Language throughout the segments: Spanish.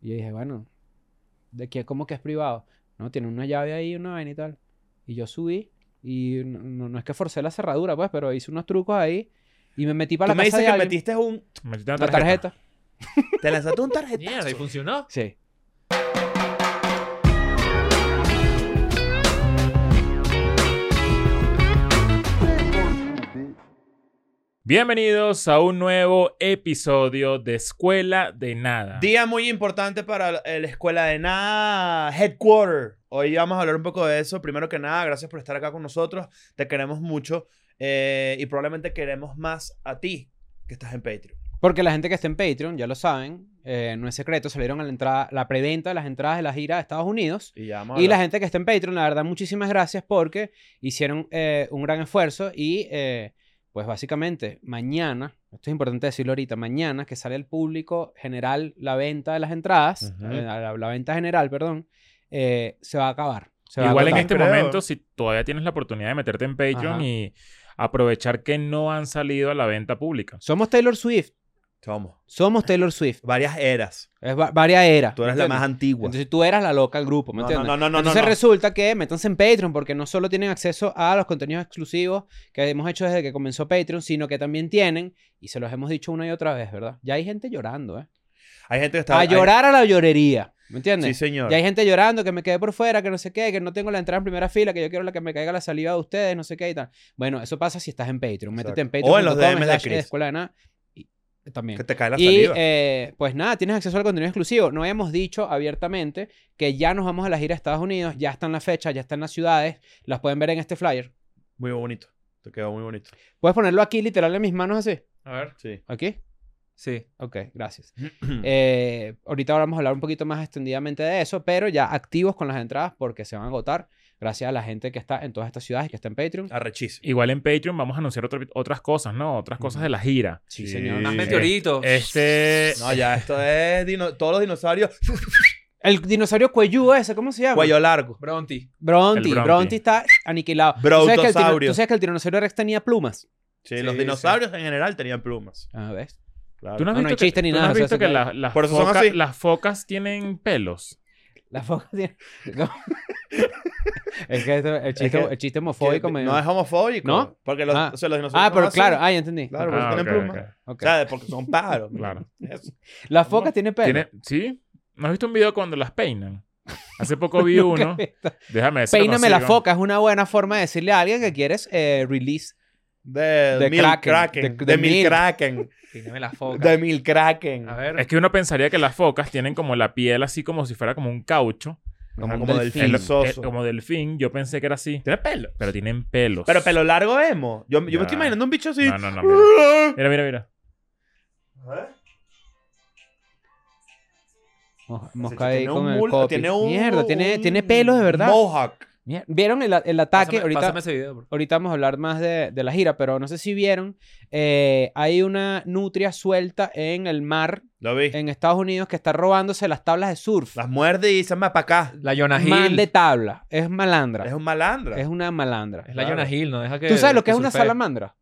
Y yo dije, bueno, ¿de qué? ¿Cómo que es privado? No, tiene una llave ahí, una vaina y tal. Y yo subí y no, no- no es que forcé la cerradura, pues, pero hice unos trucos ahí y me metí para Tú la me casa dices de que alguien. metiste un... Metiste La tarjeta. Te lanzaste un tarjetazo. Mierda, y funcionó. Sí. Bienvenidos a un nuevo episodio de Escuela de Nada. Día muy importante para la la Escuela de Nada Headquarter. Hoy vamos a hablar un poco de eso. Primero que nada, gracias por estar acá con nosotros. Te queremos mucho eh, y probablemente queremos más a ti que estás en Patreon. Porque la gente que está en Patreon, ya lo saben, eh, no es secreto, salieron a la entrada, la preventa de las entradas de la gira de Estados Unidos. Y, ya vamos a Y la hablar. gente que está en Patreon, la verdad, muchísimas gracias porque hicieron eh, un gran esfuerzo y, eh, pues básicamente, mañana, esto es importante decirlo ahorita, mañana que sale al público general la venta de las entradas, Ujú. eh, la, la venta general, perdón, eh, se va a acabar. Se va a Igual en agotar. este Creo. momento, si todavía tienes la oportunidad de meterte en Patreon Ajá. y aprovechar que no han salido a la venta pública. Somos Taylor Swift, Somos somos Taylor Swift, varias eras. es va- varias eras. Tú eres ¿me la más entiendes? antigua. Entonces tú eras la loca del grupo, ¿me No, no, entiendes? no, no, no, Entonces no. resulta que métanse en Patreon porque no solo tienen acceso a los contenidos exclusivos que hemos hecho desde que comenzó Patreon, sino que también tienen, y se los hemos dicho una y otra vez, ¿verdad? Ya hay gente llorando, ¿eh? Hay gente que está... A hay- llorar a la llorería, ¿me Sí, entiendes? señor. Ya hay gente llorando que me quedé por fuera, que no sé qué, que no tengo la entrada en primera fila, que yo quiero la que me caiga la salida de ustedes, no sé qué y tal. Bueno, eso pasa si estás en Patreon. Métete en Exacto. Patreon. O en los DMs de Chris. Escuela de Nada. y- también. Que te cae la Y saliva. eh, pues nada, tienes acceso al contenido exclusivo. No hemos dicho abiertamente que ya nos vamos a la gira a Estados Unidos, ya están las fechas, ya están las ciudades, las pueden ver en este flyer. Muy bonito. Te quedó muy bonito. Puedes ponerlo aquí, literal, en mis manos así. A ver. Sí. ¿Aquí? Sí. Ok, gracias. Eh, ahorita ahora vamos a hablar un poquito más extendidamente de eso, pero ya activos con las entradas porque se van a agotar gracias a la gente que está en todas estas ciudades, que está en Patreon. Arrechísimo. Igual en Patreon vamos a anunciar otro- otras cosas, ¿no? Otras cosas de la gira. Sí, Sí. señor. Más Más Sí. meteoritos. Eh, Este. No, ya esto es... dino- Todos los dinosaurios... El dinosaurio cuelludo ese, ¿cómo se llama? Cuello largo. Bronti. Bronti. El Bronti. Bronti está aniquilado. ¿Tú sabes que el tino- Brontosaurio. ¿Tú sabes que el tiranosaurio Rex tenía plumas? Sí, Sí, los sí. dinosaurios en general tenían plumas. Ah, ¿ves? Claro. ¿Tú no has No, no visto hay chiste que, ni tú no nada, has o sea, visto eso que que- la- las, Por eso son focas- así. las focas tienen pelos? La foca tiene. No. es que esto- el, chiste, que- el chiste Que homofóbico me. No es homofóbico. ¿No? Porque los, Ah. o sea, los dinosaurios. ah, son pero así. claro, ah, ya entendí. Claro, porque Ah, tienen ok, plumas. ok. Ok. O sea, porque son pájaros. Claro. Eso. la foca tiene pelo. Tiene- ¿Sí? ¿No has visto un video cuando las peinan? Hace poco vi uno. Déjame decirlo. Peíname la foca, es una buena forma de decirle a alguien que quieres eh, release. De, De mil Kraken, Kraken. de- De, de mil mil. Kraken. Pídeme la foca. De mil Kraken. A ver. Es que uno pensaría que las focas tienen como la piel así como si fuera como un caucho. Como, Un como delfín. delfín. El- eh, soso. como delfín. Yo pensé que era así. Tiene pelo. Pero tienen pelos. Pero pelo largo emo. Yo, yo Ya. me estoy imaginando un bicho así. No, no, no. Mira, mira, mira. mira. Mo- Ese Mosca chico ahí tiene con un el mul- copy. tiene un- Mierda, tiene, un tiene pelos de verdad. Mohawk. Mier- ¿Vieron el, el ataque? Pásame- ahorita, Pásame ese video, bro. ahorita vamos a hablar más de, de la gira, pero no sé si vieron. eh, hay una nutria suelta en el mar Lo vi. en Estados Unidos que está robándose las tablas de surf. Las muerde y se me para acá. La Jonah Man de Hill. tabla. Es malandra. Es un malandra. Es una malandra. Es la Jonah Hill, no deja que. ¿Tú sabes lo que es una surfee. salamandra?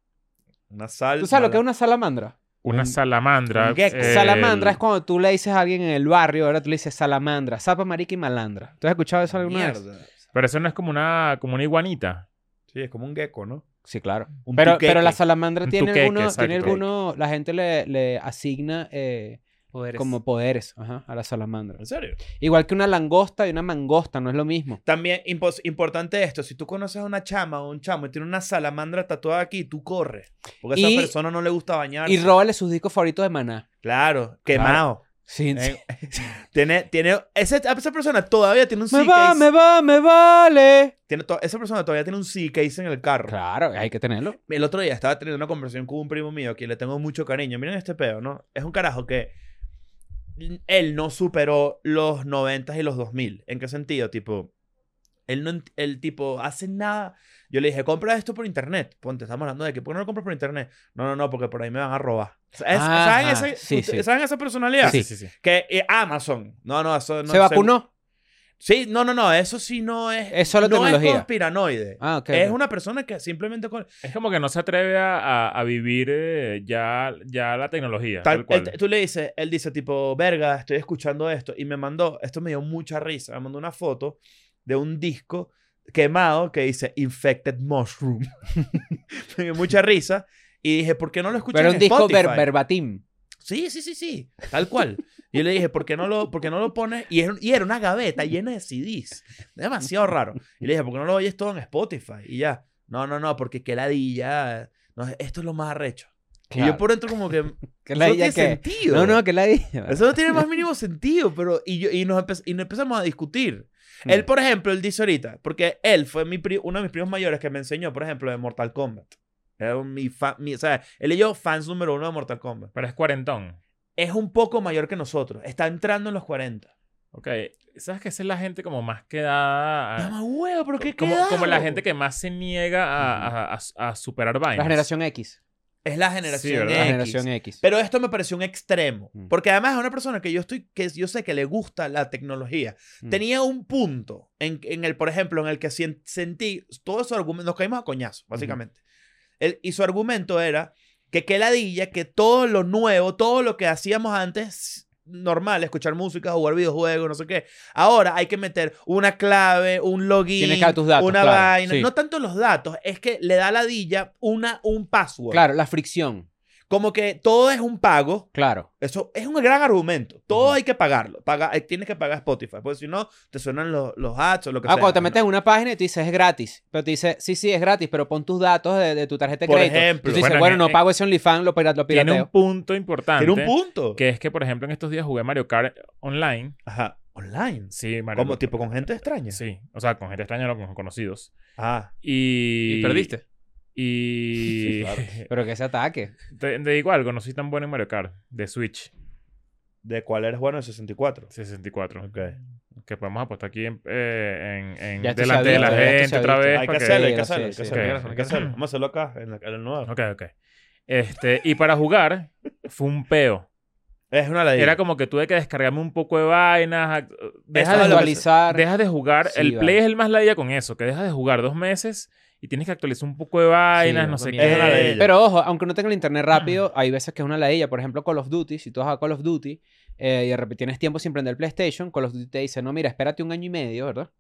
Una sal. ¿Tú sabes lo que es mala- una salamandra? Una Un- salamandra. un gecko. eh, Salamandra es cuando tú le dices a alguien en el barrio, ahora tú le dices salamandra, zapa, marica y malandra. ¿Tú has escuchado eso alguna vez? Mierda. Pero eso no es como una, como una iguanita. Sí, es como un gecko, ¿no? Sí, claro. Un Pero, tuqueque. pero la salamandra Un tiene tuqueque, algunos, exacto. tiene algunos, la gente le, le asigna eh, Poderes. como poderes ajá, a la salamandra. ¿En serio? Igual que una langosta y una mangosta, no es lo mismo. También impos- importante esto, si tú conoces a una chama o un chamo y tiene una salamandra tatuada aquí, tú corres. Porque a Y- esa persona no le gusta bañarse. Y róbale sus discos favoritos de maná. claro, quemado. Sí, sí. Eh, tiene, tiene, ese- esa persona todavía tiene un Me suitcase. va, me va, me vale. Tiene to- esa persona todavía tiene un suitcase en el carro. Claro, hay que tenerlo. El otro día estaba teniendo una conversación con un primo mío que le tengo mucho cariño. Miren este pedo, ¿no? Es un carajo que él no superó los 90 y los 2000. ¿En qué sentido? Tipo, él no, ent- el tipo hace nada. Yo le dije, compra esto por internet. Ponte, estamos hablando de que, ¿por qué no lo compras por internet? No, no, no, porque por ahí me van a robar. O sea, es- Ajá, ¿saben, ese- Ah, sí, usted- sí. saben esa personalidad? Sí. sí, sí. Que eh, Amazon. No, no, eso no ¿Se vacunó? Sí, no, no, no, eso sí no es. Es solo no tecnología. es conspiranoide. Ah, ok. es ok. una persona que simplemente. con- Es como que no se atreve a, a- a vivir eh, ya, ya la tecnología. tal- Tal, cual. él- tú le dices, él dice, tipo, verga, estoy escuchando esto. Y me mandó, esto me dio mucha risa, me mandó una foto de un disco quemado que dice Infected Mushroom. me dio mucha risa. Y dije, ¿por qué no lo escuchas Pero en un disco ver- Spotify?" verbatim. Sí, sí, sí, sí. Tal cual. Y yo le dije, ¿por qué no lo, por qué no lo pones? Y, era- y era una gaveta llena de CDs. Demasiado raro. Y le dije, ¿por qué no lo oyes todo en Spotify? Y ya. No, no, no, porque qué ladilla. No, esto es lo más arrecho. Y yo por dentro como que... Que eso la no dilla tiene que- sentido. No, no, que la dilla. Eso no tiene más mínimo sentido, pero... Y, yo, y, nos empe- y nos empezamos a discutir. Mm. Él, por ejemplo, él dice ahorita, porque él fue mi pri- uno de mis primos mayores que me enseñó, por ejemplo, de Mortal Kombat. Era un- mi fan, mi, o sea, él y yo fans número uno de Mortal Kombat Pero es cuarentón. es un poco mayor que nosotros. Está entrando en los 40. Ok. ¿Sabes que esa es la gente como más quedada? a- Dama huevo, pero qué Ah. como, quedado. como la gente que más se niega a, a- a- a superar vainas. La generación X. Es la generación, ¿verdad? X. La generación X. Pero esto me pareció un extremo. Mm. Porque además es una persona que yo estoy, que yo sé que le gusta la tecnología. Mm. Tenía un punto en, en el, por ejemplo, en el que sien- sentí todo su argumento. Nos caímos a coñazo, básicamente. Él- y su argumento era que qué ladilla, que todo lo nuevo, todo lo que hacíamos antes, normal, escuchar música, jugar videojuegos, no sé qué. Ahora hay que meter una clave, un login, Tienes que dar tus datos, una claro, vaina. sí. No tanto los datos, es que le da ladilla una, un password. Claro, la fricción. Como que todo es un pago. Claro. Eso es un gran argumento. Todo Ujú. hay que pagarlo. Paga, eh, tienes que pagar Spotify, porque si no, te suenan los, los ads o lo que Ah, sea. cuando te ¿no? metes en una página y tú dices es gratis. Pero te dice, sí, sí, es gratis, pero pon tus datos de, de tu tarjeta de Por crédito. ejemplo. eh, Y tú dices, Bueno, bueno, en- no pago ese OnlyFans, lo, pira- lo Tiene pirateo. un punto importante. Tiene un punto. Que es que, por ejemplo, en estos días jugué Mario Kart online. Ajá. Online. Sí, Mario Como tipo con gente extraña. Sí. O sea, con gente extraña, no con conocidos. Ah. Y... Y perdiste. Y... Pero que se ataque. te, te digo algo, no soy tan bueno en Mario Kart. De Switch ¿De cuál eres bueno? El 64. 64. Ok. Ah, Que podemos apostar aquí en, eh, en- en- Ya esto se delante de la adicto, ya esto se gente otra adicto. vez. Hay que para que- hacerlo, hay que Sí, hacerlo. Hay sí, que sí. hacerlo, Ok, hay que hacerlo. Vamos a hacerlo acá, en, la- en el nuevo. Ok, ok. Este, y para jugar fue un peo. Es una ladilla. Era como que tuve que descargarme un poco de vainas. ac- Eso Dejas es de, lo que Actualizar. dejas de jugar. Sí, el vale. play es el más ladilla con eso, que dejas de jugar dos meses y tienes que actualizar un poco de vainas, Sí, no sé es qué. una ladilla. Pero ojo, aunque no tenga el internet rápido, hay veces que es una ladilla. Por ejemplo, Call of Duty, si tú vas a Call of Duty eh, y de repente tienes tiempo sin prender el PlayStation, Call of Duty te dice, no, mira, espérate un año y medio, ¿verdad?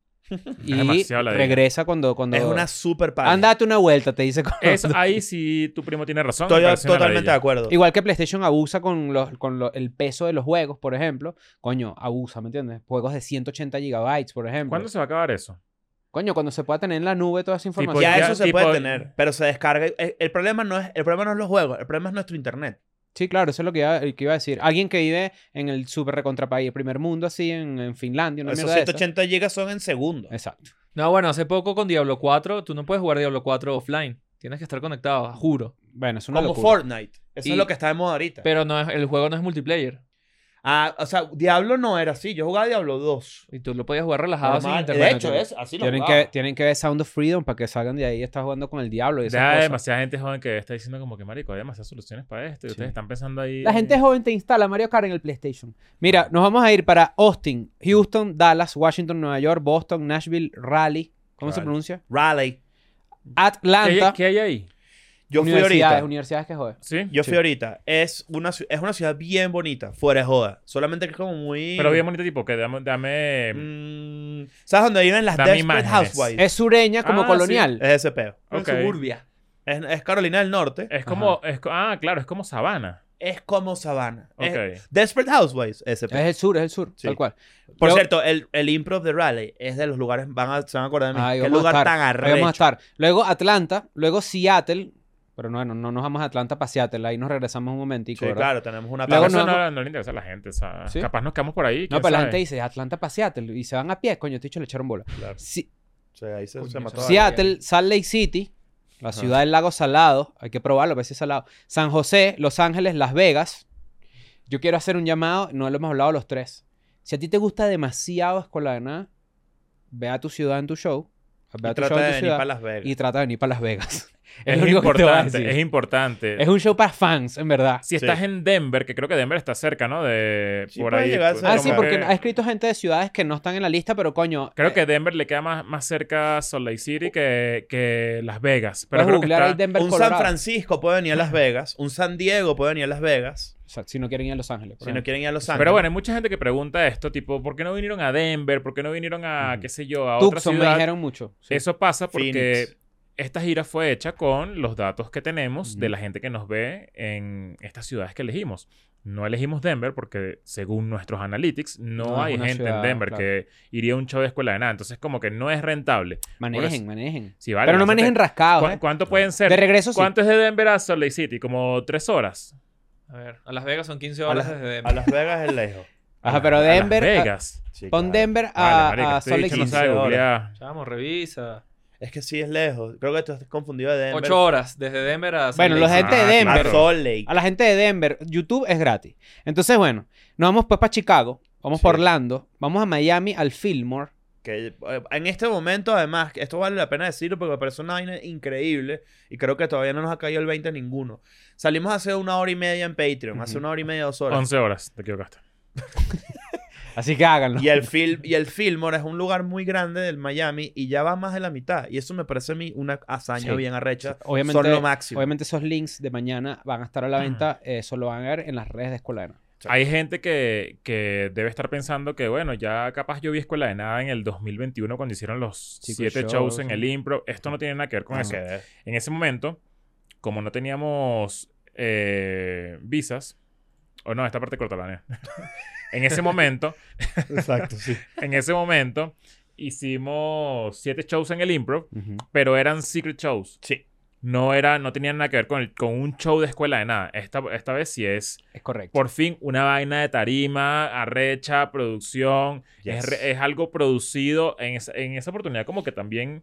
Y demasiado ladilla. regresa cuando... cuando es una super paga. Anda, date una vuelta, te dice. Call of Eso, Duty. ahí sí tu primo tiene razón. Estoy parece una totalmente ladilla. de acuerdo. Igual que PlayStation abusa con, los, con lo- el peso de los juegos, por ejemplo. Coño, abusa, ¿me entiendes? Juegos de 180 gigabytes, por ejemplo. ¿Cuándo se va a acabar eso? Coño, cuando se pueda tener en la nube toda esa información. ya, ya, eso se tipo- puede tener, pero se descarga. El, el problema no es, el problema no es los juegos, el problema es nuestro internet. Sí, claro, eso es lo que iba, que iba a decir. Alguien que vive en el super recontrapaís, el primer mundo, así, en, en Finlandia, una Esos mierda de esas. 180 gigas son en segundos. Exacto. No, bueno, hace poco con Diablo 4, tú no puedes jugar Diablo 4 offline. Tienes que estar conectado, juro. Bueno, es una Como locura. Fortnite. Eso Y- es lo que está de moda ahorita. Pero no es, el juego no es multiplayer. Ah, o sea, Diablo no era así. Yo jugaba Diablo 2. Y tú lo podías jugar relajado sin Normal. internet. de hecho, Bueno, es así lo Tienen jugaba. que, tienen que ver Sound of Freedom para que salgan de ahí y estás jugando con el diablo y Pues, esas Ya hay cosas. demasiada gente joven que está diciendo como que, marico, hay demasiadas soluciones para esto. Y Sí. ustedes están pensando ahí... La gente joven te instala Mario Kart en el PlayStation. Mira, nos vamos a ir para Austin, Houston, Dallas, Washington, Nueva York, Boston, Nashville, Raleigh. ¿Cómo se Raleigh. pronuncia? Raleigh. ¿Qué hay- Atlanta. ¿Qué hay ahí? Yo fui universidades, ahorita. universidades que joder. Sí. Yo fui ahorita. Es una, ci- es una ciudad bien bonita, fuera de joda. Solamente que es como muy. Pero bien bonito tipo, que dame... dame- Mm, ¿Sabes dónde viven las Dame Desperate imágenes. Housewives? Es Es, sureña como Ah, sí. colonial. ese peo. Ok. Eh. suburbia. Es, es Carolina del Norte. Es como... es co- ah, claro, es como sabana. Es como Savannah. Ok. Es- Desperate Housewives, ese peo. Es el sur, es el sur, Sí. tal cual. Por Yo- cierto, el, el improv de Raleigh es de los lugares. Van a, se van a acordar de mí. Ahí Qué vamos a lugar estar, tan ahí vamos a arrecho. estar. Luego Atlanta, luego Seattle. Pero no, no, no nos vamos a Atlanta para Seattle. Ahí nos regresamos un momentico. Sí, ¿verdad? claro, tenemos una Luego Pero pausa. eso nos no, no le interesa a la gente. o sea, ¿Sí? Capaz nos quedamos por ahí. No, quién pero la sabe. gente dice Atlanta para Seattle y se van a pie. Coño, te dicho, le echaron bola. Claro. Si- O sea, ahí se, Coño, se mató. eso- alguien. Seattle, Salt Lake City, la ciudad del lago salado, hay que probarlo, a ver si es salado. San José, Los Ángeles, Las Vegas. Yo quiero hacer un llamado, no lo hemos hablado los tres. Si a ti te gusta demasiado Escuela de Nada, ve a tu ciudad en tu show, ve Y a tu trata show de en tu venir ciudad para Las Vegas. y trata de venir para Las Vegas. Es, Es, lo único que te voy a importante, es decir. importante. Es un show para fans, en verdad. Si Sí. estás en Denver, que creo que Denver está cerca, ¿no? De Sí, por puede ahí. llegar a pues, ser, Ah, Pero sí, como creo porque que- ha escrito gente de ciudades que no están en la lista, pero coño. Creo eh, que Denver le queda más, más cerca Salt Lake City que, que Las Vegas. Pero puedes creo que googlear ahí está- Denver, un San Colorado. Francisco puede venir a Las Vegas. Un San Diego puede venir a Las Vegas. O sea, si no quieren ir a Los Ángeles. por Si no ejemplo. quieren ir a Los Ángeles. Pero bueno, hay mucha gente que pregunta esto, tipo, ¿por qué no vinieron a Denver? ¿Por qué no vinieron a, Ujú. qué sé yo, a otra Tucson me ciudad? dijeron mucho. sí. Eso pasa porque Phoenix. esta gira fue hecha con los datos que tenemos de Ujú. la gente que nos ve en estas ciudades que elegimos. No elegimos Denver porque, según nuestros analytics, no, No es hay una gente en ciudad, Denver claro. que iría a un show de escuela de nada. Entonces, como que no es rentable. Manejen, manejen. Sí, vale, pero no lánzate. manejen rascados. ¿Cu- ¿eh? ¿Cuánto pueden ser? De regreso sí. ¿Cuánto es de Denver a Salt Lake City? Como tres horas. A ver, a Las Vegas son 15 a horas Las, desde a Denver. Las Vegas es lejos. Ajá, pero A Las Denver. a- Vegas. Sí, pon claro. Denver a, Vale, marica, a este Salt Lake bicho no City. sabe 15 horas. googlear. Chamo, revisa. Es que sí es lejos. Creo que tú estás confundido de Denver. 8 horas desde Denver a Salt Bueno, Lake los City. gente de Ah, Denver. A Salt Lake. A la gente de Denver, YouTube es gratis. Entonces, bueno, nos vamos pues para Chicago, vamos Sí. para Orlando, vamos a Miami, al Fillmore. Que eh, en este momento, además, que esto vale la pena decirlo porque me parece una vaina increíble y creo que todavía no nos ha caído el 20 a ninguno. Salimos hace una hora y media en Patreon, hace Ujú. una hora y media, dos horas. 11 horas, te equivocaste. Así que háganlo. Y el, film, y el Fillmore es un lugar muy grande del Miami y ya va más de la mitad. Y eso me parece a mí una hazaña Sí. bien arrecha. Obviamente, Son lo máximo. obviamente esos links de mañana van a estar a la venta, eh, eso lo van a ver en las redes de Escuela de Nada. Sí. Hay gente que, que debe estar pensando que, bueno, ya capaz yo vi Escuela de Nada en el 2021 cuando hicieron los Chicos, siete shows, shows en el sí. impro. Esto no tiene nada que ver con Nada eso. que ver. En ese momento, como no teníamos eh, visas, o no, esta parte corta la nena. en ese momento, Exacto, sí. en ese momento, hicimos siete shows en el improv, pero eran secret shows. Sí. No, era, no tenían nada que ver con, el- con un show de escuela de nada. Esta, esta vez sí es, Es correcto. por fin, una vaina de tarima, arrecha, producción. Yes. Es, re- es algo producido. En esa, en esa oportunidad como que también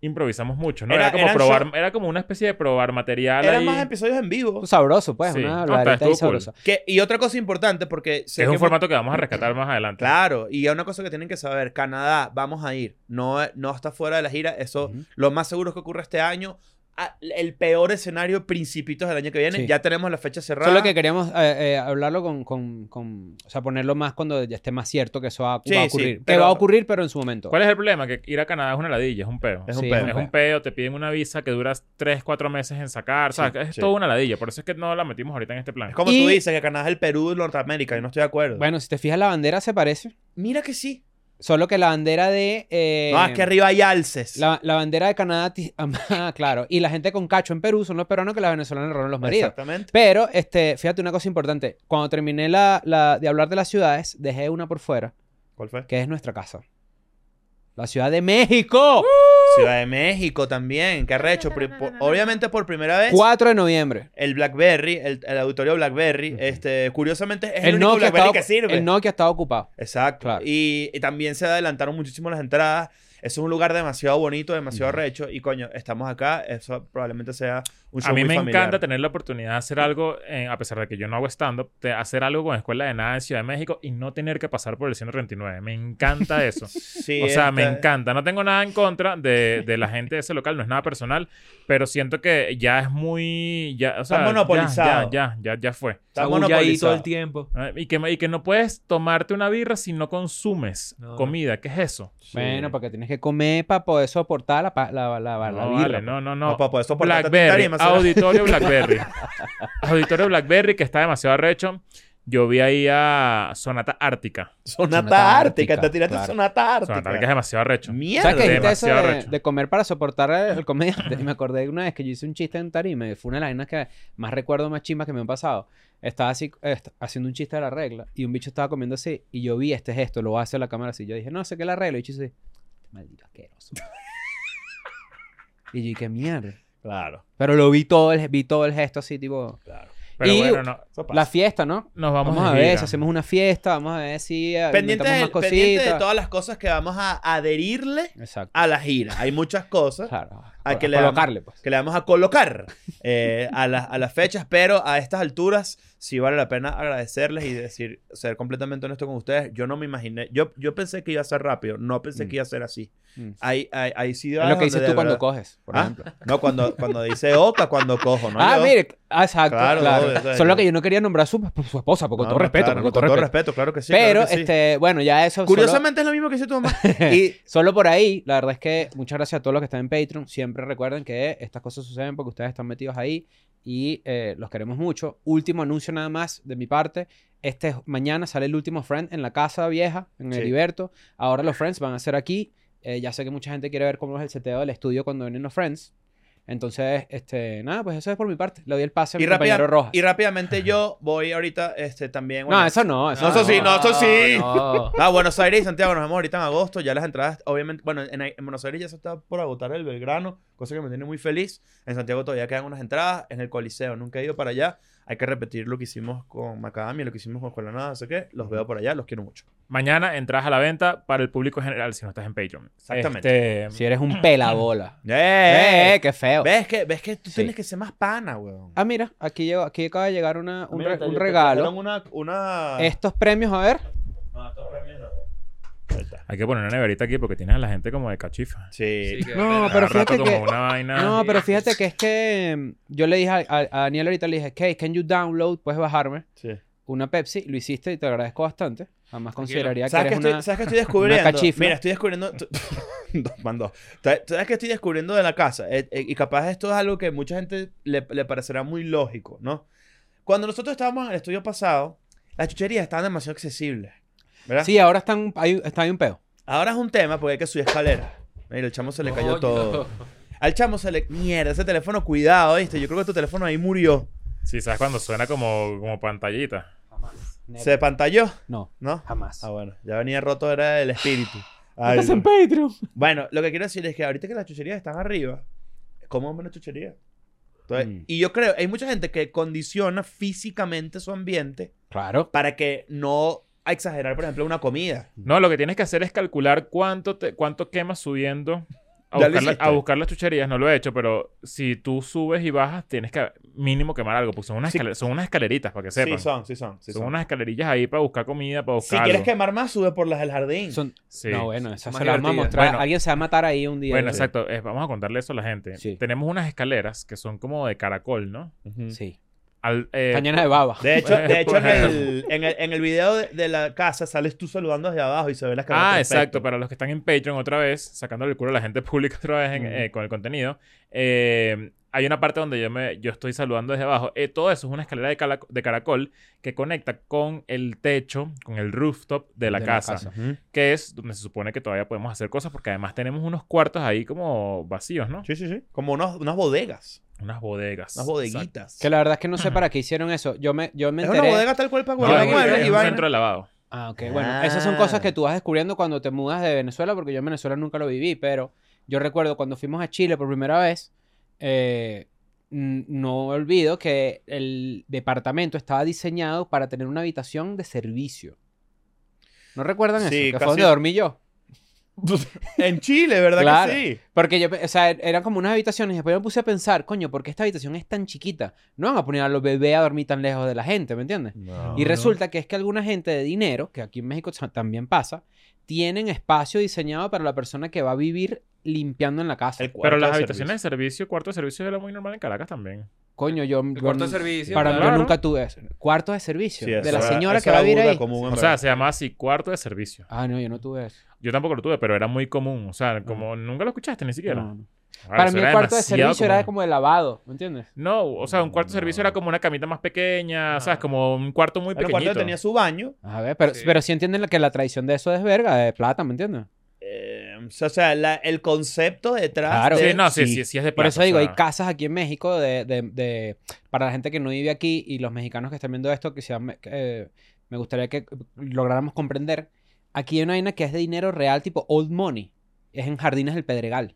improvisamos mucho, ¿no? Era- Era, como eran probar, show- era como una especie de probar material Eran ahí. más episodios en vivo. Sabroso, pues, Sí. una No, habladita está- ahí estuvo cool. sabrosa. Que, y otra cosa importante porque... sé que es un mu- formato que vamos a rescatar más adelante. Claro, y hay una cosa que tienen que saber, Canadá, vamos a ir, no, no está fuera de la gira, eso Ujú. lo más seguro es que ocurra este año, Ah, el peor escenario principitos del año que viene, Sí. ya tenemos la fecha cerrada. Solo que queríamos eh, eh, hablarlo con, con, con- O sea, ponerlo más cuando ya esté más cierto que eso va, Sí, va a sí, ocurrir. que pero- va a ocurrir, pero en su momento. ¿Cuál es el problema? Que ir a Canadá es una ladilla, es un peo. Es un Sí, peo. Es un peo, te piden una visa que dura 3, 4 meses en sacar, ¿sabes? es sí. toda una ladilla, por eso es que no la metimos ahorita en este plan. Es como Y- tú dices, que Canadá es el Perú de Norteamérica, yo no estoy de acuerdo. Bueno, si te fijas, la bandera se parece. Mira que sí. Solo que la bandera de. eh, no, es que arriba hay alces. La, la bandera de Canadá, ti- ah, claro. Y la gente con cacho en Perú son los peruanos que las venezolanas robaron los maridos. Exactamente. Pero, este, fíjate una cosa importante. Cuando terminé la, la- de hablar de las ciudades, dejé una por fuera, ¿Cuál fue? que es nuestra casa. La Ciudad de México. Ciudad de México también, que arrecho. Pri- por- Obviamente por primera vez... 4 de noviembre. El BlackBerry, el, el auditorio BlackBerry, Ujú. este, curiosamente es el, El único Nokia, BlackBerry estaba, que sirve. el Nokia estaba ocupado. Exacto. Claro. Y, y también se adelantaron muchísimo las entradas. Eso es un lugar demasiado bonito, demasiado Ujú. recho. Y coño, estamos acá. Eso probablemente sea un show A mí Pues muy me familiar. encanta tener la oportunidad de hacer algo, eh, a pesar de que yo no hago stand-up, de hacer algo con Escuela de Nada en Ciudad de México y no tener que pasar por el 139. Me encanta eso. Sí, este, o sea, esta- me encanta. No tengo nada en contra de, de la gente de ese local, no es nada personal, pero siento que ya es muy. Ya, o sea, Está monopolizado. Ya, ya, ya, ya fue. Está Saúl ya ahí todo monopolizado. el tiempo. Ah, Y que, y que no puedes tomarte una birra si no consumes No. comida. ¿Qué es eso? Sí. Bueno, porque tienes que comer para poder soportar la, pa- la, la, la, la no, birra, vale, pues. no, no, No, no. papá, eso por Blackberry, Audi. auditorio Blackberry. auditorio Blackberry que está demasiado arrecho. Yo vi ahí a Sonata Ártica. Sonata, Sonata Ártica. Ártica, Te tiraste claro. Sonata Ártica. Sonata Ártica es demasiado arrecho. Mierda. ¿Sabes que dijiste eso Demasiado de, arrecho. de comer para soportar el comediante? Y me acordé de una vez que yo hice un chiste en tarima y fue una de las vainas que más recuerdo más chimas que me han pasado. Estaba así, eh, est- haciendo un chiste de la regla y un bicho estaba comiendo así y yo vi este gesto, lo hace a la cámara así. Yo dije, no sé qué es la regla. Y el bicho así, maldito asqueroso. y yo, "¿Y qué mierda. Claro, Pero lo vi todo, el, vi todo el gesto así, tipo... claro. Pero Y- bueno, no, Eso La pasa. fiesta, ¿no? nos vamos, Vamos, a ver si gira. hacemos una fiesta, vamos a ver si eh, Pendiente inventamos de, más cositas. pendiente de todas las cosas que vamos a adherirle Exacto. a la gira. Hay muchas cosas. Claro. Ah, a que le damos- colocarle, pues. que le vamos a colocar eh, a, las- a las fechas, pero a estas alturas sí vale la pena agradecerles y decir, ser completamente honesto con ustedes. Yo no me imaginé, yo, yo pensé que iba a ser rápido, no pensé Mm. que iba a ser así. Mm. Hay, hay, hay Es ciudades lo que donde dices de tú cuando verdad- coges, por Ah, ejemplo. No, cuando, cuando dice Oca, cuando cojo, ¿no? ah, Yo- mire, ah, exacto, Claro, claro. obvio, obvio. Solo que yo no quería nombrar a su, pues, su esposa, porque con No, todo respeto, claro, porque con todo respeto, claro que sí. Pero, claro que sí. este, bueno, ya eso. solo- Curiosamente es lo mismo que hizo tu mamá. Y Solo por ahí, la verdad es que muchas gracias a todos los que están en Patreon. Siempre recuerden que estas cosas suceden porque ustedes están metidos ahí y eh, los queremos mucho. Último anuncio nada más de mi parte. Este mañana sale el último Friend en la casa vieja, en Sí. el Heriberto. Ahora los Friends van a ser aquí. Eh, ya sé que mucha gente quiere ver cómo es el seteo del estudio cuando vienen los Friends. Entonces, este, nada, pues eso es por mi parte. Le doy el pase a mi Y, rápida- compañero Rojas. y rápidamente yo voy ahorita este, también. no, bueno, eso no. Eso No, eso sí, no, eso sí. no. Ah, Buenos Aires y Santiago nos vemos ahorita en agosto. Ya las entradas, obviamente, bueno, en, en Buenos Aires ya se está por agotar el Belgrano, cosa que me tiene muy feliz. En Santiago todavía quedan unas entradas. En el Coliseo nunca he ido para allá. Hay que repetir lo que hicimos con Macadamia, lo que hicimos con Escuela Así que los veo por allá, los quiero mucho. Mañana entras a la venta para el público general si no estás en Patreon. Exactamente. Este, Si eres un pelabola. ¡Eh! ¡Eh, qué feo! ¿Ves que, ves que tú Sí. tienes que ser más pana, weón? Ah, mira, aquí, llegó, aquí acaba de llegar una, un, Mira, re- te- un te trajeron regalo. Este. Una, una... Estos premios, a ver. No, estos premios no. Ahí está. Hay que poner una neverita aquí porque tienes a la gente como de cachifa. Sí. Sí, que- No, pero Cada rato fíjate que- como una vaina. No, sí. pero fíjate que es que mm, yo le dije a, a- a Daniel ahorita, le dije, hey, can you download? Puedes bajarme sí. una Pepsi. Lo hiciste y te lo agradezco bastante. Además consideraría que ¿Sabes eres una... qué, estoy, sabes qué estoy descubriendo? cachifla. Mira, estoy descubriendo. t- Dos, van dos. Ta- ¿Sabes qué estoy descubriendo de la casa? Eh, eh, y capaz esto es algo que mucha gente le, le parecerá muy lógico, ¿no? Cuando nosotros estábamos en el estudio pasado, las chucherías estaban demasiado accesibles. ¿Verdad? Sí, ahora está un, hay, está ahí un peo. Ahora es un tema porque hay que subir escalera. Mira, el chamo se le cayó Coño. todo. Al chamo se le. Mierda, ese teléfono, cuidado, ¿viste? Yo creo que tu teléfono ahí murió. Sí, sabes cuando suena como, como pantallita. Se pantalló, No, ¿no? jamás. Ah, bueno, ya venía roto, era el espíritu. Ay, Estás no. en Patreon. Bueno, lo que quiero decir es que ahorita que las chucherías están arriba, coman menos chuchería. Entonces, Mm. Y yo creo, hay mucha gente que condiciona físicamente su ambiente Claro. para que no a exagerar, por ejemplo, una comida. No, lo que tienes que hacer es calcular cuánto, te, cuánto quemas subiendo a Ya lo buscar, la- hiciste. a buscar las chucherías. No lo he hecho, pero si tú subes y bajas, tienes que mínimo quemar algo. Porque son unas, Sí. escale- son unas escaleritas, para que sepan. Sí son, sí son. sí son son. unas escalerillas ahí para buscar comida, para Si buscar quieres algo. quemar más, sube por las del jardín. Son... Sí. No, bueno, esa Más se la vamos a divertida. mostrar. Bueno. Alguien se va a matar ahí un día. Bueno, Sí. exacto. Eh, vamos a contarle eso a la gente. Sí. Tenemos unas escaleras que son como de caracol, ¿no? Ujú. Sí. Al- eh, Está llena de baba. De hecho, de hecho en, Bueno. el, en, el, en el video de, de la casa sales tú saludando desde abajo y se ven las caras. Ah, perfecto. exacto. Para los que están en Patreon otra vez, sacándole el culo a la gente pública otra vez en- Ujú. eh, con el contenido, eh, hay una parte donde yo, me, yo estoy saludando desde abajo. Eh, todo eso es una escalera de, cala- de caracol que conecta con el techo, con el rooftop de la, De la casa, casa. Ujú. que es donde se supone que todavía podemos hacer cosas porque además tenemos unos cuartos ahí como vacíos, ¿no? Sí, sí, sí. Como unos- unas bodegas, Unas bodegas. unas bodeguitas. Que la verdad es que no sé para qué hicieron eso. Yo me, yo me Es enteré... una bodega tal cual para Exacto. guardar No, es- muebles es y un vainas. centro de lavado. Ah, ok. Bueno, esas son cosas Ah. que tú vas descubriendo cuando te mudas de Venezuela, porque yo en Venezuela nunca lo viví, pero yo recuerdo cuando fuimos a Chile por primera vez, eh, n- no olvido que el departamento estaba diseñado para tener una habitación de servicio. ¿No recuerdan eso? Sí, que casi- fue donde dormí yo. En Chile, ¿verdad Claro. que sí? Porque yo, pe- o sea, er- eran como unas habitaciones y después me puse a pensar, coño, ¿por qué esta habitación es tan chiquita? No van a poner a los bebés a dormir tan lejos de la gente, ¿me entiendes? Y no. resulta que es que alguna gente de dinero, que aquí en México sa- también pasa, tienen espacio diseñado para la persona que va a vivir limpiando en la casa. El cuarto Pero las de habitaciones servicio. de servicio, cuarto de servicio era muy normal en Caracas también. Coño, yo, El yo cuarto de n- servicio. para claro. yo nunca tuve eso. Cuarto de servicio Sí, de eso la era- señora eso que va a era vivir burda ahí. común, en O sea, verdad. se llama así cuarto de servicio. Ah, no, yo no tuve eso. Yo tampoco lo tuve, pero era muy común. O sea, como nunca lo escuchaste ni siquiera. No, no. Claro, Para Ah, eso mí el era cuarto de demasiado servicio era común. como de lavado, ¿me entiendes? No, o sea, un cuarto de servicio era como una camita más pequeña, ¿sabes? Como un cuarto muy el pequeñito. cuarto tenía su baño. A ver, pero, Sí. pero sí entienden que la tradición de eso es verga, de plata, ¿me entiendes? eh, o sea, la- el concepto detrás. Claro. de- Sí, no, sí, sí, sí, es de Por plata, eso o digo, sea. hay casas aquí en México de, de- de- para la gente que no vive aquí y los mexicanos que están viendo esto, que sean, eh, me gustaría que lográramos comprender. Aquí hay una vaina que es de dinero real, tipo old money. Es en Jardines del Pedregal.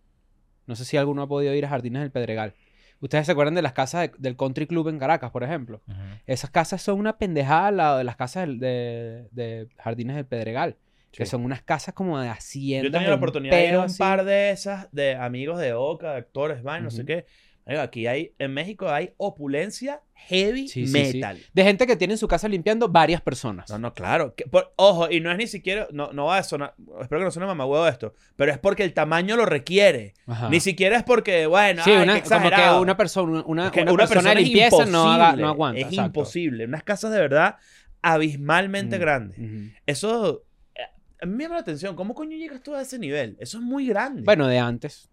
No sé si alguno ha podido ir a Jardines del Pedregal. Ustedes se acuerdan de las casas de- del Country Club en Caracas, por ejemplo. Ujú. Esas casas son una pendejada al lado de las casas del- de, de Jardines del Pedregal. Que son unas casas como de hacienda. Yo tenía la oportunidad de ir a un par de esas de amigos de Oca, de actores, van, no sé Ujú. qué. Marico, aquí hay, en México hay opulencia heavy Sí, sí, sí. metal. De gente que tiene en su casa limpiando varias personas. No, no, claro. que- por- ojo, y no es ni siquiera, no, no va a sonar, espero que no suene mamagüevo esto, pero es porque el tamaño lo requiere. Ajá. Ni siquiera es porque, bueno, sí, ay, qué una, como que exagerado. una persona, Ah, una, Es que una persona de es limpieza no, haga- imposible, no aguanta. Es exacto. imposible. Unas casas de verdad abismalmente Mm, grandes. ujú. Eso, eh, a mí me llama la atención. ¿Cómo coño llegas tú a ese nivel? Eso es muy grande. Bueno, de antes.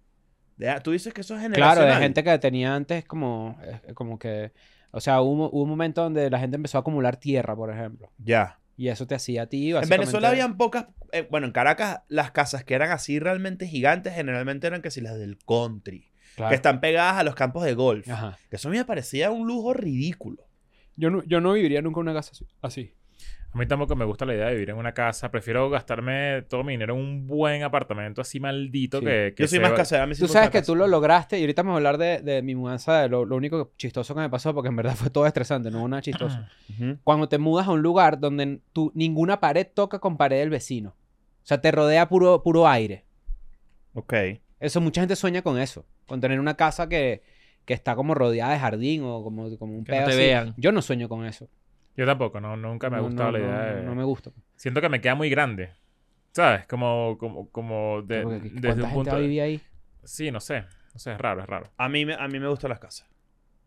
De- tú dices que eso es Claro, generacional. de gente que tenía antes como, eh, como que... O sea, hubo, hubo un momento donde la gente empezó a acumular tierra, por ejemplo. Ya. Y eso te hacía a ti, En básicamente- Venezuela habían pocas... eh, bueno, en Caracas las casas que eran así realmente gigantes generalmente eran que si las del country. Claro. Que están pegadas a los campos de golf. Ajá. Que eso a mí me parecía un lujo ridículo. Yo, no, yo no viviría nunca en una casa así. así. A mí tampoco me gusta la idea de vivir en una casa. Prefiero gastarme todo mi dinero en un buen apartamento así maldito Sí. que, que Yo soy se más va- casera. a mí sí Tú me gusta sabes la que casa. tú lo lograste y ahorita vamos a hablar de, de mi mudanza, de lo, lo único que- chistoso que me pasó, porque en verdad fue todo estresante, no hubo nada chistoso. Ujú. Cuando te mudas a un lugar donde n- tú, ninguna pared toca con pared del vecino. O sea, te rodea puro, puro aire. Ok. Eso, mucha gente sueña con eso, con tener una casa que, que está como rodeada de jardín o como, como un Que no te pedazo. vean. Yo no sueño con eso. Yo tampoco, no, nunca me ha No, gustado no, la idea no, de... no me gusta. Siento que me queda muy grande. ¿Sabes? Como, como, como de- Porque, desde ¿Cuánta un gente punto va a de- vivir ahí? Sí, no sé. No sé, es raro, es raro. A mí, me- a mí me gustan las casas.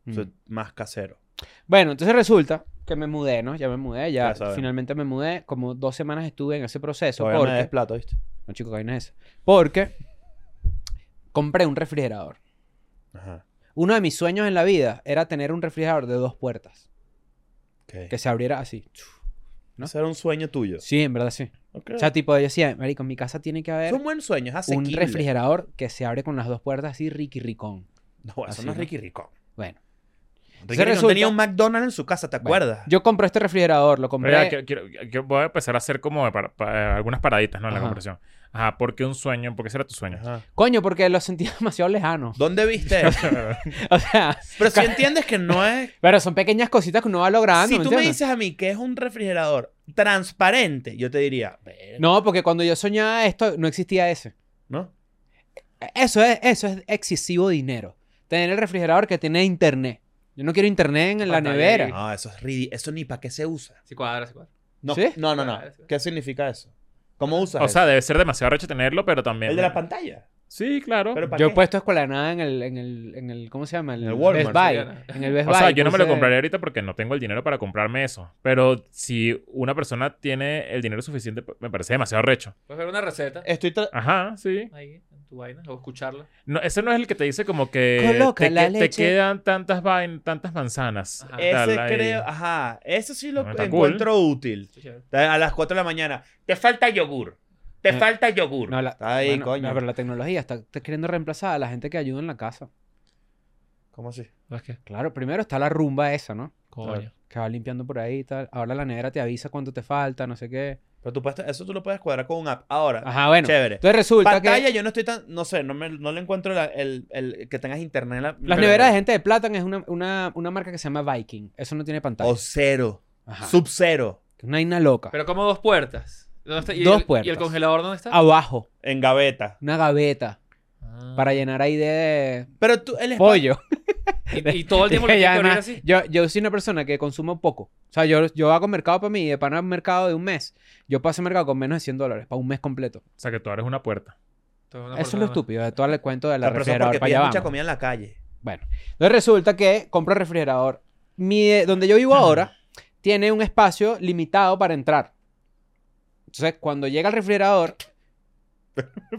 Mm. Soy más casero. Bueno, entonces resulta que me mudé, ¿no? Ya me mudé, ya Ya sabemos. finalmente me mudé. Como dos semanas estuve en ese proceso. Todavía me porque... des plato, ¿viste? No, chico, que no es eso. Porque compré un refrigerador. Ajá. Uno de mis sueños en la vida era tener un refrigerador de dos puertas. Okay. Que se abriera así. ¿no? Ese era un sueño tuyo. Sí, en verdad sí. Ok. O sea, tipo, yo decía, marico, en mi casa tiene que es haber un buen sueño, es un asequible. refrigerador que se abre con las dos puertas así, riqui ricón. No, eso Así, no es ¿no? Ricky Ricón. Bueno. Ricky Entonces Ricón resulta- tenía un McDonald's en su casa, ¿te Bueno, acuerdas? Yo compré este refrigerador, lo compré... Pero ya, quiero- quiero- quiero- voy a empezar a hacer como para- para- algunas paraditas, ¿no? En la Ajá. conversación. Ajá, ¿por qué un sueño? ¿Por qué será tu sueño? Ajá. Coño, porque lo sentía demasiado lejano. ¿Dónde viste eso? O sea, Pero si entiendes que no es... pero son pequeñas cositas que uno va logrando, si ¿me tú me entiendes? dices a mí que es un refrigerador transparente, yo te diría... "Verga", No, porque cuando yo soñaba esto, no existía ese. ¿No? Eso es, eso es excesivo dinero. Tener el refrigerador que tiene internet. Yo no quiero internet en la Pantalla nevera. ahí. No, Ah, eso es ridículo. Eso ni para qué se usa. Sí, cuadra, sí, cuadra. No, ¿Sí? no, no, no. ¿Qué significa Ah, eso? ¿Cómo usas O eso? sea, debe ser demasiado recho tenerlo, pero también... El de la pantalla. Sí, claro. Pero ¿para Yo he qué? puesto escuela de nada en el, en el, en el, ¿cómo se llama? En el Walmart, Best Buy. Soriana. En el Best O sea, Buy yo no me lo puse- compraría ahorita porque no tengo el dinero para comprarme eso. Pero si una persona tiene el dinero suficiente, me parece demasiado recho. Puedes ver una receta Eh. Estoy... tra- Ajá, sí. ahí en tu vaina o escucharla. No, ese no es el que te dice como que Coloca te, la que- te leche. quedan tantas vain- tantas manzanas. Ajá. Tal, Ese ahí. creo... Ajá. Eso sí lo No, está encuentro útil. Sí, chévere. A las 4 de la mañana. Te falta yogur. Te Eh, falta yogur. No, la, Está ahí, bueno, coño. no, pero la tecnología está, está queriendo reemplazar a la gente que ayuda en la casa. ¿Cómo así? ¿Sabes qué? Claro, primero está la rumba esa, ¿no? Coño. Que va limpiando por ahí y tal. Ahora la nevera te avisa cuánto te falta, no sé qué. Pero tú puedes, eso tú lo puedes cuadrar con un app. Ahora, Ajá, bueno. chévere. Entonces resulta Pantalla, que yo no estoy tan. No sé, no, me, no le encuentro la- el, el que tengas internet en la. las neveras de gente de plátano es una, una, una marca que se llama Viking. Eso no tiene pantalla. O cero. Ajá. Sub cero. Una ina loca. Pero como dos puertas. ¿Dónde está? ¿Y Dos el, ¿Y el puertas. Ah, congelador dónde está? Abajo. En gaveta. una gaveta Ah. para llenar ahí de Pero tú, el espacio. pollo. Y, y todo el tiempo lo Y tienes que abrir además, así. yo, yo soy una persona que consumo poco. O sea, yo, yo hago mercado para mí y de pana un mercado de un mes. Yo paso mercado con menos de 100 dólares para un mes completo. O sea, que tú abres una puerta. Todo una Eso es lo persona. estúpido de todo el cuento de la La persona refrigerador porque para pides allá mucha vamos. comida en la calle. Bueno, entonces resulta que compro el refrigerador. Mi, de- donde yo Ah. vivo ahora tiene un espacio limitado para entrar. Entonces, cuando llega el refrigerador,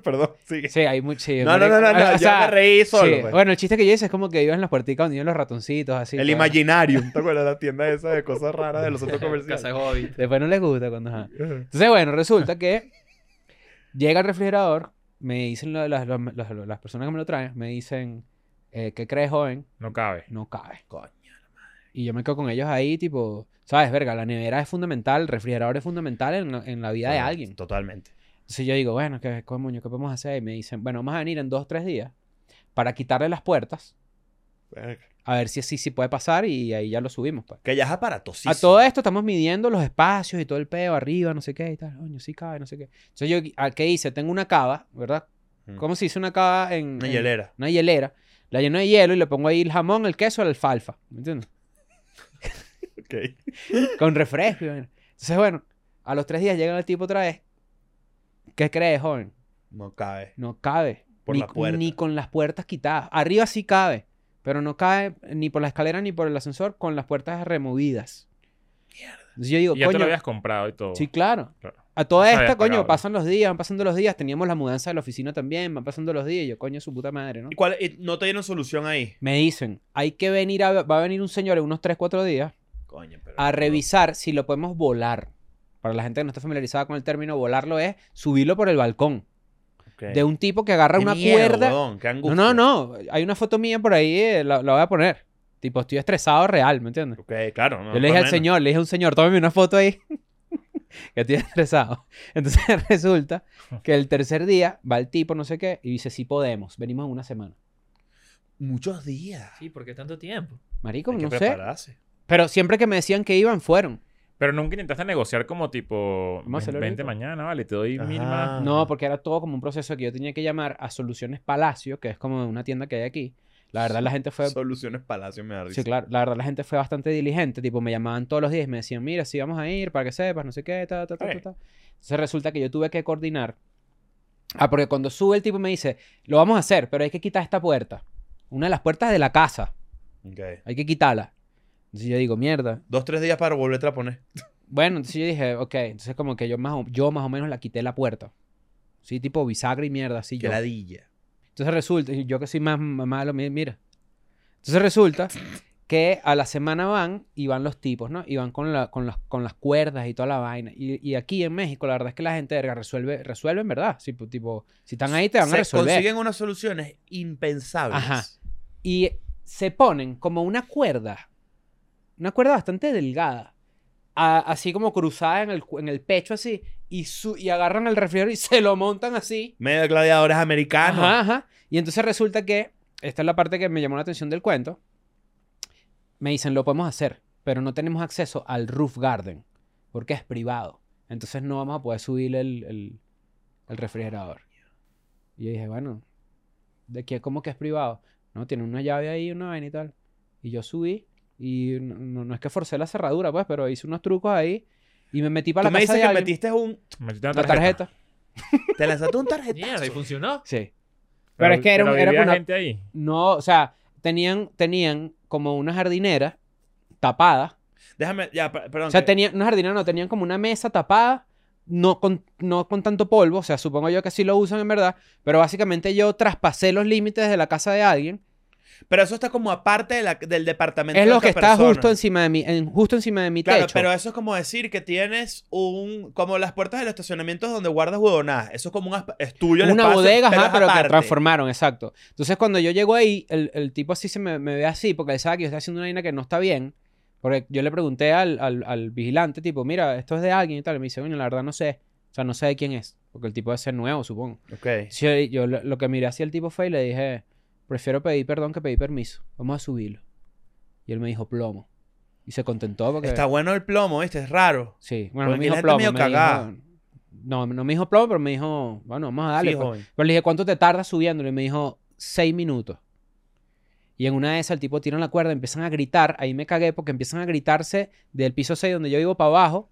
Perdón, sigue. sí, hay mucho. sí, No, no, no, no, marico. no, O yo sea, me reí solo. sí. pues. Bueno, el chiste que yo hice es como que iban en las puerticas donde iban los ratoncitos, así. el pues. Imaginarium. ¿Te acuerdas la tienda esa de cosas raras de los centros Casa de comerciales? Hobbit. Después no les gusta cuando... ajá. Entonces, bueno, resulta que llega el refrigerador, me dicen lo- las, las- las- las personas que me lo traen, me dicen, eh, ¿qué crees, joven? No cabe. No cabe. Coño, Y yo me quedo con ellos ahí, tipo, ¿sabes, verga? La nevera es fundamental, el refrigerador es fundamental en, la- en la vida de alguien. Totalmente. Entonces yo digo, bueno, ¿qué, coño, ¿qué podemos hacer? Y me dicen, bueno, vamos a venir en dos o tres días para quitarle las puertas A ver si así sí puede pasar y ahí ya lo subimos. pues. Que ya es aparatosísimo. a todo esto estamos midiendo los espacios y todo el peo arriba, no sé qué y tal. Coño, sí cabe, no sé qué. Entonces yo, ¿a ¿qué hice? Tengo una cava, ¿verdad? Mm. ¿Cómo se hizo una cava en...? Una en- hielera. Una hielera. La lleno de hielo y le pongo ahí el jamón, el queso, la alfalfa. ¿Me entiendes? Ok. Con refresco. y vaina. Entonces, bueno, a los tres días llega el tipo otra vez. ¿Qué crees, joven? No cabe. No cabe. Por ni, la puerta. ni con las puertas quitadas. Arriba sí cabe, pero no cabe ni por la escalera ni por el ascensor con las puertas removidas. Entonces yo digo, Y ya te coño, lo habías comprado y todo. sí, claro. Claro. A toda Ya se había esta, coño, pagado. pasan los días, van pasando los días. Teníamos la mudanza de la oficina también, van pasando los días. Y yo, coño, su puta madre, ¿no? ¿Y cuál, y no te dieron solución ahí? Me dicen, hay que venir, a, va a venir un señor en unos 3, 4 días Coño, pero... a revisar si lo podemos volar. Para la gente que no está familiarizada con el término, volarlo es subirlo por el balcón. Ok. De un tipo que agarra Qué una miedo, cuerda. weón, qué No, angustia. no, no. Hay una foto mía por ahí, eh, la, la voy a poner. Tipo, estoy estresado real, ¿me entiendes? Ok, claro. no, Yo le dije por al menos. señor, le dije a un señor, tómeme una foto ahí. que estoy estresado. Entonces resulta que el tercer día va el tipo, no sé qué, y dice, sí podemos, venimos en una semana. Muchos días. Sí, ¿por qué tanto tiempo? Marico, Hay que no sé. prepararse. Pero siempre que me decían que iban, fueron. Pero nunca intentaste negociar como tipo, Vamos a hacerlo 20 ahorita. mañana, vale, te doy mil Ajá. más. No, porque era todo como un proceso que yo tenía que llamar a Soluciones Palacio, que es como una tienda que hay aquí. La verdad la gente fue... Soluciones Palacio me da risa. Sí, claro. La verdad la gente fue bastante diligente. Tipo, me llamaban todos los días y me decían, mira, sí vamos a ir, para que sepas, no sé qué, ta, ta, ta, Ok. ta, ta. Entonces resulta que yo tuve que coordinar. Ah, porque cuando sube el tipo me dice, lo vamos a hacer, pero hay que quitar esta puerta. Una de las puertas de la casa. Ok. Hay que quitarla. Entonces yo digo, mierda. Dos, tres días para volverte a poner. Bueno, entonces yo dije, ok. Entonces como que yo más o, yo más o menos la quité la puerta. Sí, tipo bisagra y mierda, así Qué yo. ladilla. Entonces resulta, y yo que soy más m- malo, mi- mira. Entonces resulta que a la semana van y van los tipos, ¿no? Y van con, la- con, las, con las cuerdas y toda la vaina. Y, y aquí en México, la verdad es que la gente verga resuelve, resuelven, ¿verdad? Si, pu- tipo, si están ahí, te van a Se resolver. Consiguen unas soluciones impensables. Ajá. Y se ponen como una cuerda, una cuerda bastante delgada, a- así como cruzada en el, cu- en el pecho, así, y, su- y agarran el refrigerador y se lo montan así. Medio de gladiadores americanos. Ajá, ajá. Y entonces resulta que, esta es la parte que me llamó la atención del cuento, me dicen, lo podemos hacer, pero no tenemos acceso al roof garden, porque es privado. Entonces no vamos a poder subir el, el- el refrigerador. Y yo dije, bueno, ¿de qué? ¿Cómo que es privado? No, tiene una llave ahí, una vaina y tal. Y yo subí, y no, no- no es que forcé la cerradura, pues, pero hice unos trucos ahí, y me metí para Tú la me casa dices de que alguien. metiste un... Metiste una La tarjeta. Te lanzaste un tarjetazo. Mierda, y funcionó. Sí. Pero es que era un- era vivía una- gente ahí. No, o sea, tenían, tenían como una jardinera tapada. Déjame... Ya, per- perdón. O sea, que- tenían, una jardinera no, tenían como una mesa tapada, no con, no con tanto polvo. O sea, supongo yo que sí lo usan en verdad. Pero básicamente yo traspasé los límites de la casa de alguien. Pero eso está como aparte de la- del departamento es de lo otra que está persona. justo encima de mi, en- justo encima de mi Claro, techo. pero eso es como decir que tienes un... Como las puertas del estacionamiento donde guardas huevonadas. Eso es como un... aspa- Es tuyo el una espacio, bodega, pero ajá, es pero que aparte. transformaron, exacto. Entonces, cuando yo llego ahí, el, el tipo así se me, me ve así, porque él sabe que yo estoy haciendo una vaina que no está bien. Porque yo le pregunté al, al- al vigilante, tipo, mira, esto es de alguien y tal. Y me dice, bueno, la verdad no sé. O sea, no sé de quién es. Porque el tipo debe ser nuevo, supongo. Ok. Sí, yo, lo, lo que miré hacia el tipo fue y le dije, prefiero pedir perdón que pedir permiso. Vamos a subirlo. Y él me dijo, plomo. Y se contentó porque... Está bueno el plomo, ¿viste? Es raro. Sí, bueno, no me Porque dijo la gente plomo. medio me cagada. dijo- no, no me dijo plomo, pero me dijo, bueno, vamos a darle. Sí, pues". joven. Pero le dije, ¿cuánto te tardas subiéndolo? Y me dijo, seis minutos. Y en una de esas el tipo tira la cuerda, empiezan a gritar. Ahí me cagué porque empiezan a gritarse del piso 6 donde yo vivo para abajo.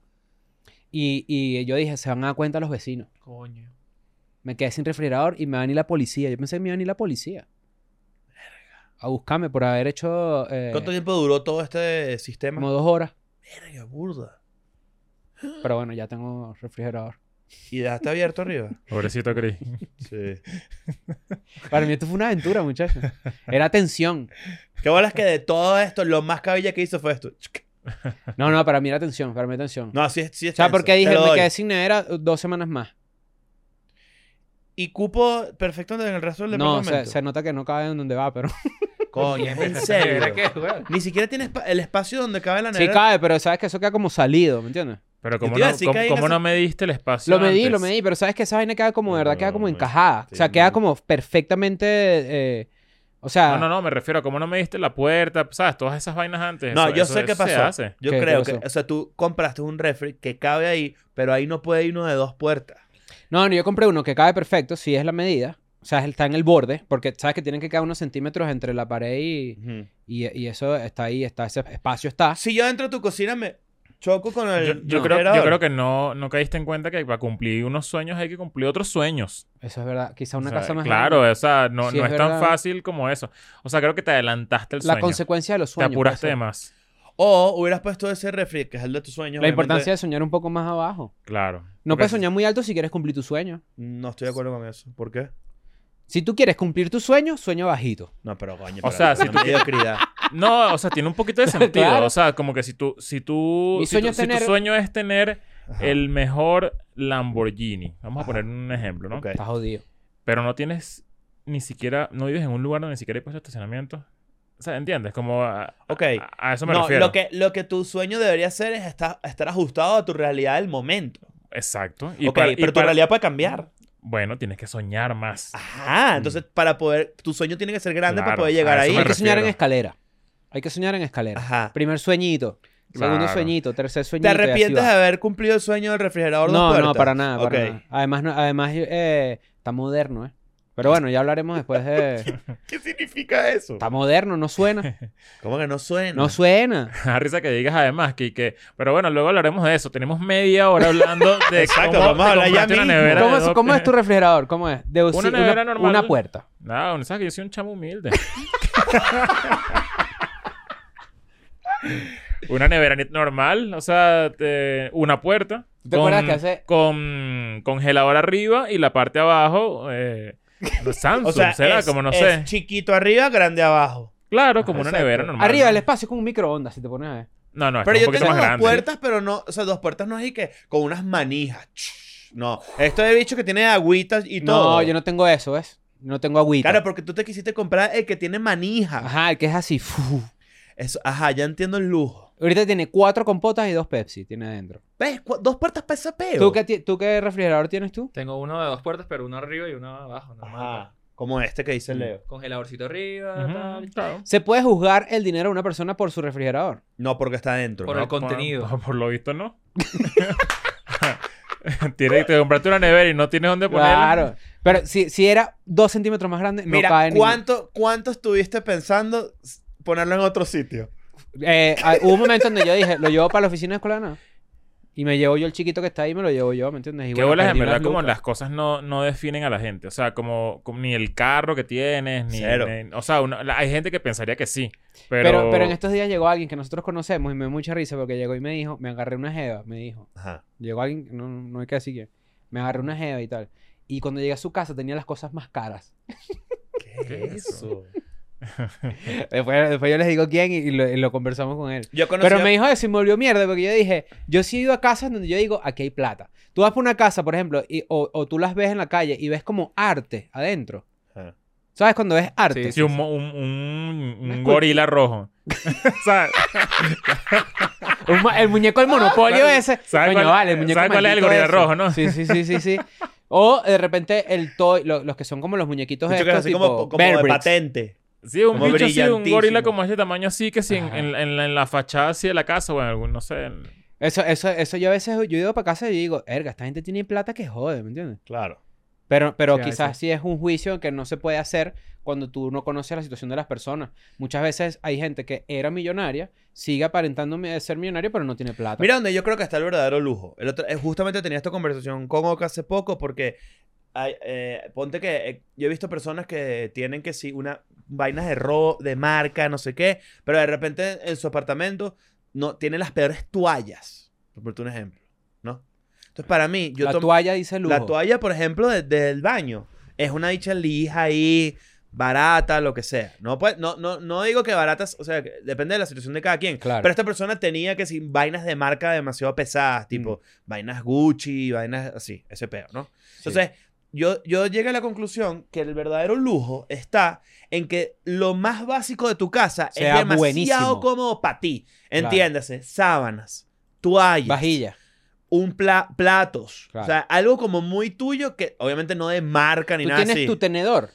Y, y yo dije, se van a dar cuenta los vecinos. Coño. Me quedé sin refrigerador y me van a ir la policía. Yo pensé que me iban a ir la policía. A buscarme por haber hecho eh, ¿Cuánto tiempo duró todo este sistema? como dos horas. Verga, burda. Pero bueno, ya tengo refrigerador. ¿Y dejaste abierto arriba? Pobrecito Chris. Sí. Para mí esto fue una aventura, muchachos. Era tensión. Qué bolas que de todo esto, lo más cabilla que hizo fue esto. No, no, para mí era tensión. Para mí era tensión. No, así es. Sí es o sea, tenso. porque Te dije, lo me doy. quedé sin nevera dos semanas más. Y cupo perfecto en el resto del No, se, departamento. se nota que no cabe en donde va, pero. Coño, es en ¿Era serio. qué, weón? Ni siquiera tiene espa- el espacio donde cabe la Sí nevera. cabe, pero sabes que eso queda como salido, ¿me entiendes? Pero te como iba a no, decir que cómo- hay en cómo ese- no me diste el espacio Lo medí, lo antes? medí, pero sabes que esa vaina queda como, de verdad, queda como Bueno, encajada. O sea, sí, queda no. como perfectamente eh, O sea, No, no, no, me refiero a cómo no me diste la puerta, ¿sabes? Todas esas vainas antes. No, eso- yo eso- sé qué eso se pasó. hace. Yo ¿Qué- qué creo pasó? que, o sea, tú compraste un refri que cabe ahí, pero ahí no puede ir uno de dos puertas. no, no, yo compré uno que cabe perfecto, si es la medida. O sea, está en el borde, porque sabes que tienen que quedar unos centímetros entre la pared y, y, y eso está ahí, está ese espacio está. Si yo entro a tu cocina, me choco con el. Yo, yo creo, refrigerador. yo creo que no, no caíste en cuenta que para cumplir unos sueños hay que cumplir otros sueños. Eso es verdad. Quizá O una sea, casa más Claro, grande. o sea, no, Sí, no es es, tan verdad. fácil como eso. O sea, creo que te adelantaste el La sueño. consecuencia de los Te sueños. apuraste puede de ser. más. O hubieras puesto ese refri, que es el de tus La sueños. obviamente, importancia de soñar un poco más abajo. Claro. No Porque puedes soñar muy alto si quieres cumplir tu sueño. No estoy de acuerdo con eso. ¿Por qué? Si tú quieres cumplir tu sueño, sueño bajito. No, pero coño. O sea, si tú mediocridad. No, o sea, tiene un poquito de sentido. Claro. O sea, como que si tú, si tú, Mi si sueño tú- es si tu tener- sueño es tener Ajá. el mejor Lamborghini. Vamos a poner un ejemplo, ¿no? Ok. Estás jodido. Pero no tienes ni siquiera, no vives en un lugar donde ni siquiera hay puesto de estacionamiento. O sea, ¿entiendes? Como a, a- Ok. a, a eso me no, refiero. lo que, lo que tu sueño debería ser es estar, estar ajustado a tu realidad del momento. Exacto. Y ok, para- y pero tu para- realidad puede cambiar. Ah. Bueno, tienes que soñar más. Ajá, entonces para poder. Tu sueño tiene que ser grande para Claro, poder llegar a eso ahí. me Hay que soñar en refiero. escalera. Hay que soñar en escalera. Ajá. Primer sueñito. Segundo Claro. sueñito. Tercer sueñito. ¿Te y así arrepientes va. de haber cumplido el sueño del refrigerador dos No, puertas? no, para nada, para Ok. nada. Además, no- además eh, está moderno, ¿eh? Pero bueno, ya hablaremos después de... ¿Qué significa eso? Está moderno, no suena. ¿Cómo que no suena? No suena. Me da risa que digas además, que, que... Pero bueno, luego hablaremos de eso. Tenemos media hora hablando de Exacto, cómo vamos a te hablar ya compraste una mismo. nevera de ¿Cómo es, dos- cómo es tu refrigerador? ¿Cómo es? De Una sí, nevera normal. Una puerta. No, no sabes que yo soy un chamo humilde. una nevera ni- normal, o sea, te- una puerta. ¿Te acuerdas que hace- Con congelador arriba y la parte abajo... Eh, no, Samsung, O sea, será, es, como no es sé. chiquito arriba, grande abajo. Claro, como una Exacto. nevera normal. Arriba el ¿no? espacio es como un microondas, si te pones a ver. No, no, Pero es un yo poquito tengo más dos grande. puertas, pero no... O sea, dos puertas no es y que... Con unas manijas. Ch, No. Esto de bicho que tiene agüitas y todo. No, yo no tengo eso, ¿ves? No tengo agüita. Claro, porque tú te quisiste comprar el que tiene manija. Ajá, el que es así. fu. Eso, ajá, ya entiendo el lujo. Ahorita tiene cuatro compotas y dos Pepsi tiene adentro. ¿Ves? Cu- Dos puertas para ese peo. ¿Tú qué, ti- ¿Tú qué refrigerador tienes tú? Tengo uno de dos puertas, pero uno arriba y uno abajo. normal. Ajá. Como este que Mm. dice Leo. Congeladorcito arriba, Ujú, tal. claro. ¿Se puede juzgar el dinero de una persona por su refrigerador? No, porque está adentro. Por ¿no? el contenido. Por, por lo visto, no. Tienes, te compraste una nevera y no tienes dónde ponerla. Claro. Pero si, si era dos centímetros más grande, no Mira, cae en ningún- ¿cuánto, ¿cuánto estuviste pensando s- ponerlo en otro sitio? Eh, ah, hubo un momento donde yo dije, lo llevo para la oficina de escuela de nada. Y me llevo yo el chiquito que está ahí, me lo llevo yo, ¿me entiendes? Y Qué bueno, bolas, en perdí verdad, unas como lucas. las cosas no, no definen a la gente. O sea, como, como ni el carro que tienes, ni. Cero. ni- o sea, uno- la- hay gente que pensaría que sí. Pero. Pero, pero en este estos días llegó alguien que nosotros conocemos y me dio mucha risa porque llegó y me dijo, me agarré una jeva, me dijo. Ajá. Llegó alguien, no, no hay que decir quién. Me agarré una jeva y tal. Y cuando llegué a su casa tenía las cosas más caras. ¿Qué es eso? Después, después yo les digo quién y, y lo, y lo conversamos con él. Yo conocí Pero a- me dijo eso y me volvió mierda porque yo dije, yo sí he ido a casas donde yo digo, aquí hay plata. Tú vas por una casa, por ejemplo, y, o, o tú las ves en la calle y ves como arte adentro. Ajá. ¿Sabes? Cuando ves arte. Sí, Sí, un, mo- un- un- un escultura. gorila rojo. ¿Sabes? Un ma- el muñeco del monopolio ¿Sabes- ese. sabes Coño, cuál- vale, el muñeco sabes cuál es el maldito gorila ese. rojo, no? Sí, sí, sí, sí, sí. O de repente el toy, lo- los que son como los muñequitos Bicho que es estos, así tipo como, como Bear de Bricks. patente. Sí, un Como bicho así, un brillantísimo. gorila como ese tamaño así, que sí, en, Ajá. en- en la, en la fachada así de la casa, bueno, algún, no sé. en- Eso, eso, eso yo a veces yo he ido para casa y digo, erga, esta gente tiene plata que jode, ¿me entiendes? Claro. Pero, pero Sí, a quizás veces. sí es un juicio que no se puede hacer cuando tú no conoces la situación de las personas. Muchas veces hay gente que era millonaria, sigue aparentando mi- ser millonario, pero no tiene plata. Mira donde yo creo que está el verdadero lujo. El otro, eh, justamente tenía esta conversación con Oka hace poco porque hay, eh, ponte que eh, yo he visto personas que tienen que sí, una vainas de ro de marca, no sé qué, pero de repente en su apartamento no tiene las peores toallas. Por ponerte un ejemplo, ¿no? Entonces para mí yo la tomo- toalla dice lujo. La toalla, por ejemplo, de- del baño. Es una dicha lija ahí, barata, lo que sea. No, pues, no, no, no digo que baratas, o sea, que depende de la situación de cada quien. Claro. Pero esta persona tenía que sin vainas de marca demasiado Mm. pesadas, tipo vainas Gucci, vainas así, ese pedo, ¿no? Entonces, yo, yo llegué a la conclusión que el verdadero lujo está en que lo más básico de tu casa Sea es demasiado buenísimo. cómodo para ti. Claro. Entiéndase, sábanas, toallas Vajilla. un pla- platos. Claro. O sea, algo como muy tuyo que obviamente no de marca Tú ni nada tienes así. tu tenedor.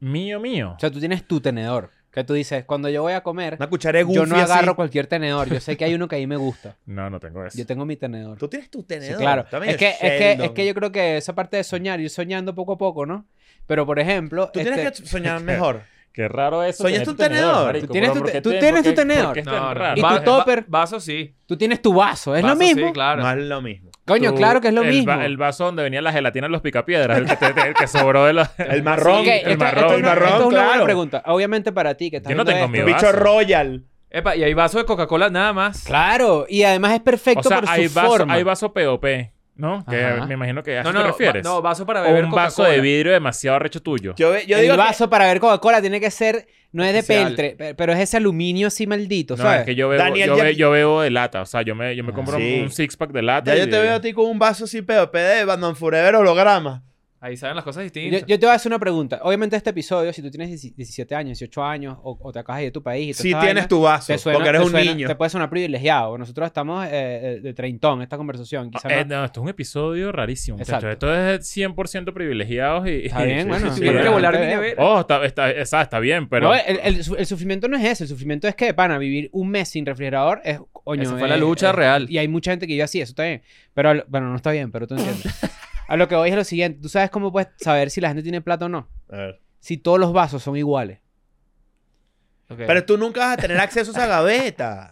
mío, mío. O sea, tú tienes tu tenedor. Que tú dices, cuando yo voy a comer, Una cuchara de yo no Goofy agarro así. cualquier tenedor. Yo sé que hay uno que ahí me gusta. No, no tengo eso. Yo tengo mi tenedor. Tú tienes tu Sí, tenedor. claro. Está medio Es que, es, que, es Sheldon. que yo creo que esa parte de soñar, ir soñando poco a poco, ¿no? Pero, por ejemplo... Tú este- tienes que soñar mejor. Qué raro eso. Soñaste tener este un tenedor. marico, Tú tienes pero tu ¿por te- qué tú te- tienes por tu qué- tenedor. por qué es tan No, no. raro? Y Va- tu topper. va- Vaso sí. Tú tienes tu vaso, es lo Vaso sí, mismo. claro. No es lo mismo. Coño, Tú- claro que es lo el mismo. va- el vaso donde venía la gelatina en los picapiedras, el que, te- te- el que sobró de la... El marrón. Ok, esto- el esto es marrón. una- el marrón, esto es una buena claro. pregunta. Obviamente para ti que estás Yo no viendo tengo esto- miedo. Bicho Vaso. royal. Epa, y hay vaso de Coca-Cola nada más. Claro, y además es perfecto O sea, por su hay vaso, forma. hay vaso POP, ¿no? Que Ajá. me imagino que a No, eso no, te va- refieres. no, vaso para O beber un vaso de Coca-Cola. vidrio demasiado recho tuyo. Yo, ve- yo el digo que- vaso para ver Coca-Cola tiene que ser, no es de Especial. peltre, pe- pero es ese aluminio así maldito, no, ¿sabes? es que yo bebo, Daniel, yo, ya- be- yo bebo de lata. O sea, yo me, yo me Ah. compro Sí. un six-pack de lata. ya yo y- te veo a ti con un vaso así pedo, PD, Bandon Forever holograma. Ahí saben las cosas Yo, distintas. yo te voy a hacer una pregunta. Obviamente este episodio, si tú tienes 10 17 años, 18 años, o, o te acabas de ir de tu país... Y toda Si esta tienes vaina, tu vaso, te suena- porque eres te un suena- niño. Te puede sonar privilegiado. Nosotros estamos eh, eh, de treintón esta conversación. Quizá Eh, no- no, esto es un episodio rarísimo, muchachos. Exacto. Esto es 100% privilegiados y... Está bien, y- bueno. sí, Yo tengo sí, que sí, volar sí, mi sí. nevera. Oh, está, está, esa está bien, pero... No, el, el su- el sufrimiento no es ese. El sufrimiento es que, pana, vivir un mes sin refrigerador es... Coño, Esa fue eh, la lucha eh, real. Y hay mucha gente que vive así, eso está bien. Pero, al- bueno, no está bien, pero tú entiendes. A lo que voy es lo siguiente. ¿Tú sabes cómo puedes saber si la gente tiene plata o no? A ver. Si todos los vasos son iguales. Ok. Pero tú nunca vas a tener acceso a esa gaveta.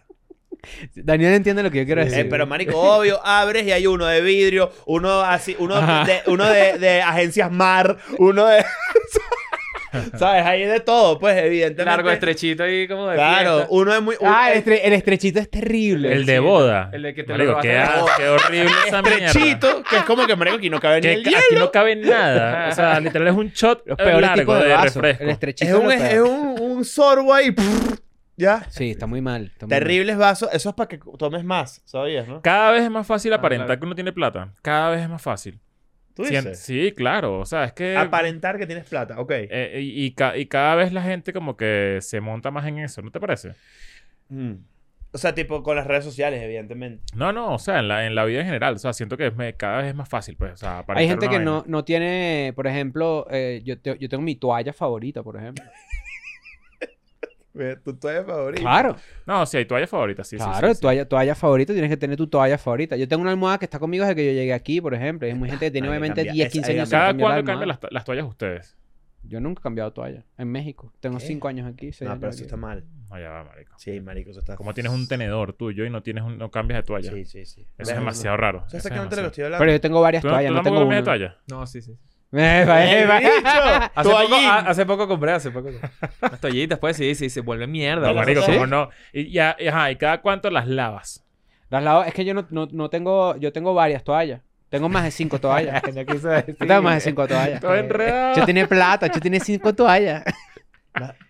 Daniel entiende lo que yo quiero Sí. decir. Eh, pero marico, obvio, abres y hay uno de vidrio, uno así, uno Ajá. de, uno de, de agencias mar, uno de. ¿Sabes? Ahí de todo, pues, evidentemente. Largo, estrechito ahí como de Claro, fiesta. uno es muy. Ah, un- el, estre- el estrechito es terrible. El de chino, boda. el de que te lo Marico, robaste qué, de la asco, qué horrible esa mierda. estrechito, que es como que marico, aquí no cabe ni Que el ca- hielo. aquí no cabe nada. O sea, literal es un shot Los peores largo tipos de, de, vasos. refresco. El Es estrechito un, es lo es peor. un, un sorbo ahí. prrr, ya. Sí, está muy mal. está muy mal. Terribles vasos. Eso es para que tomes más, ¿sabías, no? Cada vez es más fácil Ah, aparentar claro. que uno tiene plata. Cada vez es más fácil. Tú Sien- dices. Sí, claro. O sea, es que... Aparentar que tienes plata, ok. eh, y, y ca- y cada vez la gente como que se monta más en eso, ¿no te parece? Mm. O sea, tipo con las redes sociales, evidentemente. No, no, o sea, en la, en la vida en general. O sea, siento que es me- cada vez es más fácil, pues. O sea, aparentar Hay gente una que vaina. no, no tiene, por ejemplo, eh, yo, te- yo tengo mi toalla favorita, por ejemplo. Eh, Ve, Tu toalla favorita. Claro, No, sí, hay toalla favorita, sí. sí, claro, sí, sí. Toalla, toalla favorita, tienes que tener tu toalla favorita. Yo tengo una almohada que está conmigo desde que yo llegué aquí, por ejemplo. y Hay mucha gente que tiene Hay que obviamente cambiar, 10, es- 15 hay que años. sin eh, ¿Cada cambiar la cuándo cambian almohada. las, to- las toallas ustedes? Yo nunca he cambiado toalla. En México. Tengo ¿Qué? 5 años aquí. seis No, años pero eso está aquí. mal. No, ya va, marico. Sí, marico, eso está. Como tienes un tenedor tuyo y no tienes un- no cambias de toalla. Sí, sí, sí. Eso es ¿Ves? demasiado raro. O sea, Eso es exactamente lo que demasiado. estoy hablando. Pero yo tengo varias ¿Tú, no- toallas, tú no tampoco tengo cambias una. de toalla? No, sí, sí. sí. Epa, epa. ¡El bicho! Hace poco, Toallín. a- hace poco compré, hace poco. compré. Las toallitas, pues sí, sí, se vuelve mierda. No, ¿Las marico, otras? ¿cómo no? Y, ya, y ajá, ¿y cada cuánto las lavas? Las lavo- es que yo no, no, no tengo, yo tengo varias toallas. Tengo más de 5 toallas. Yo tengo más de 5 toallas. Eh, Todo enredado. Yo tiene plata, yo tiene 5 toallas.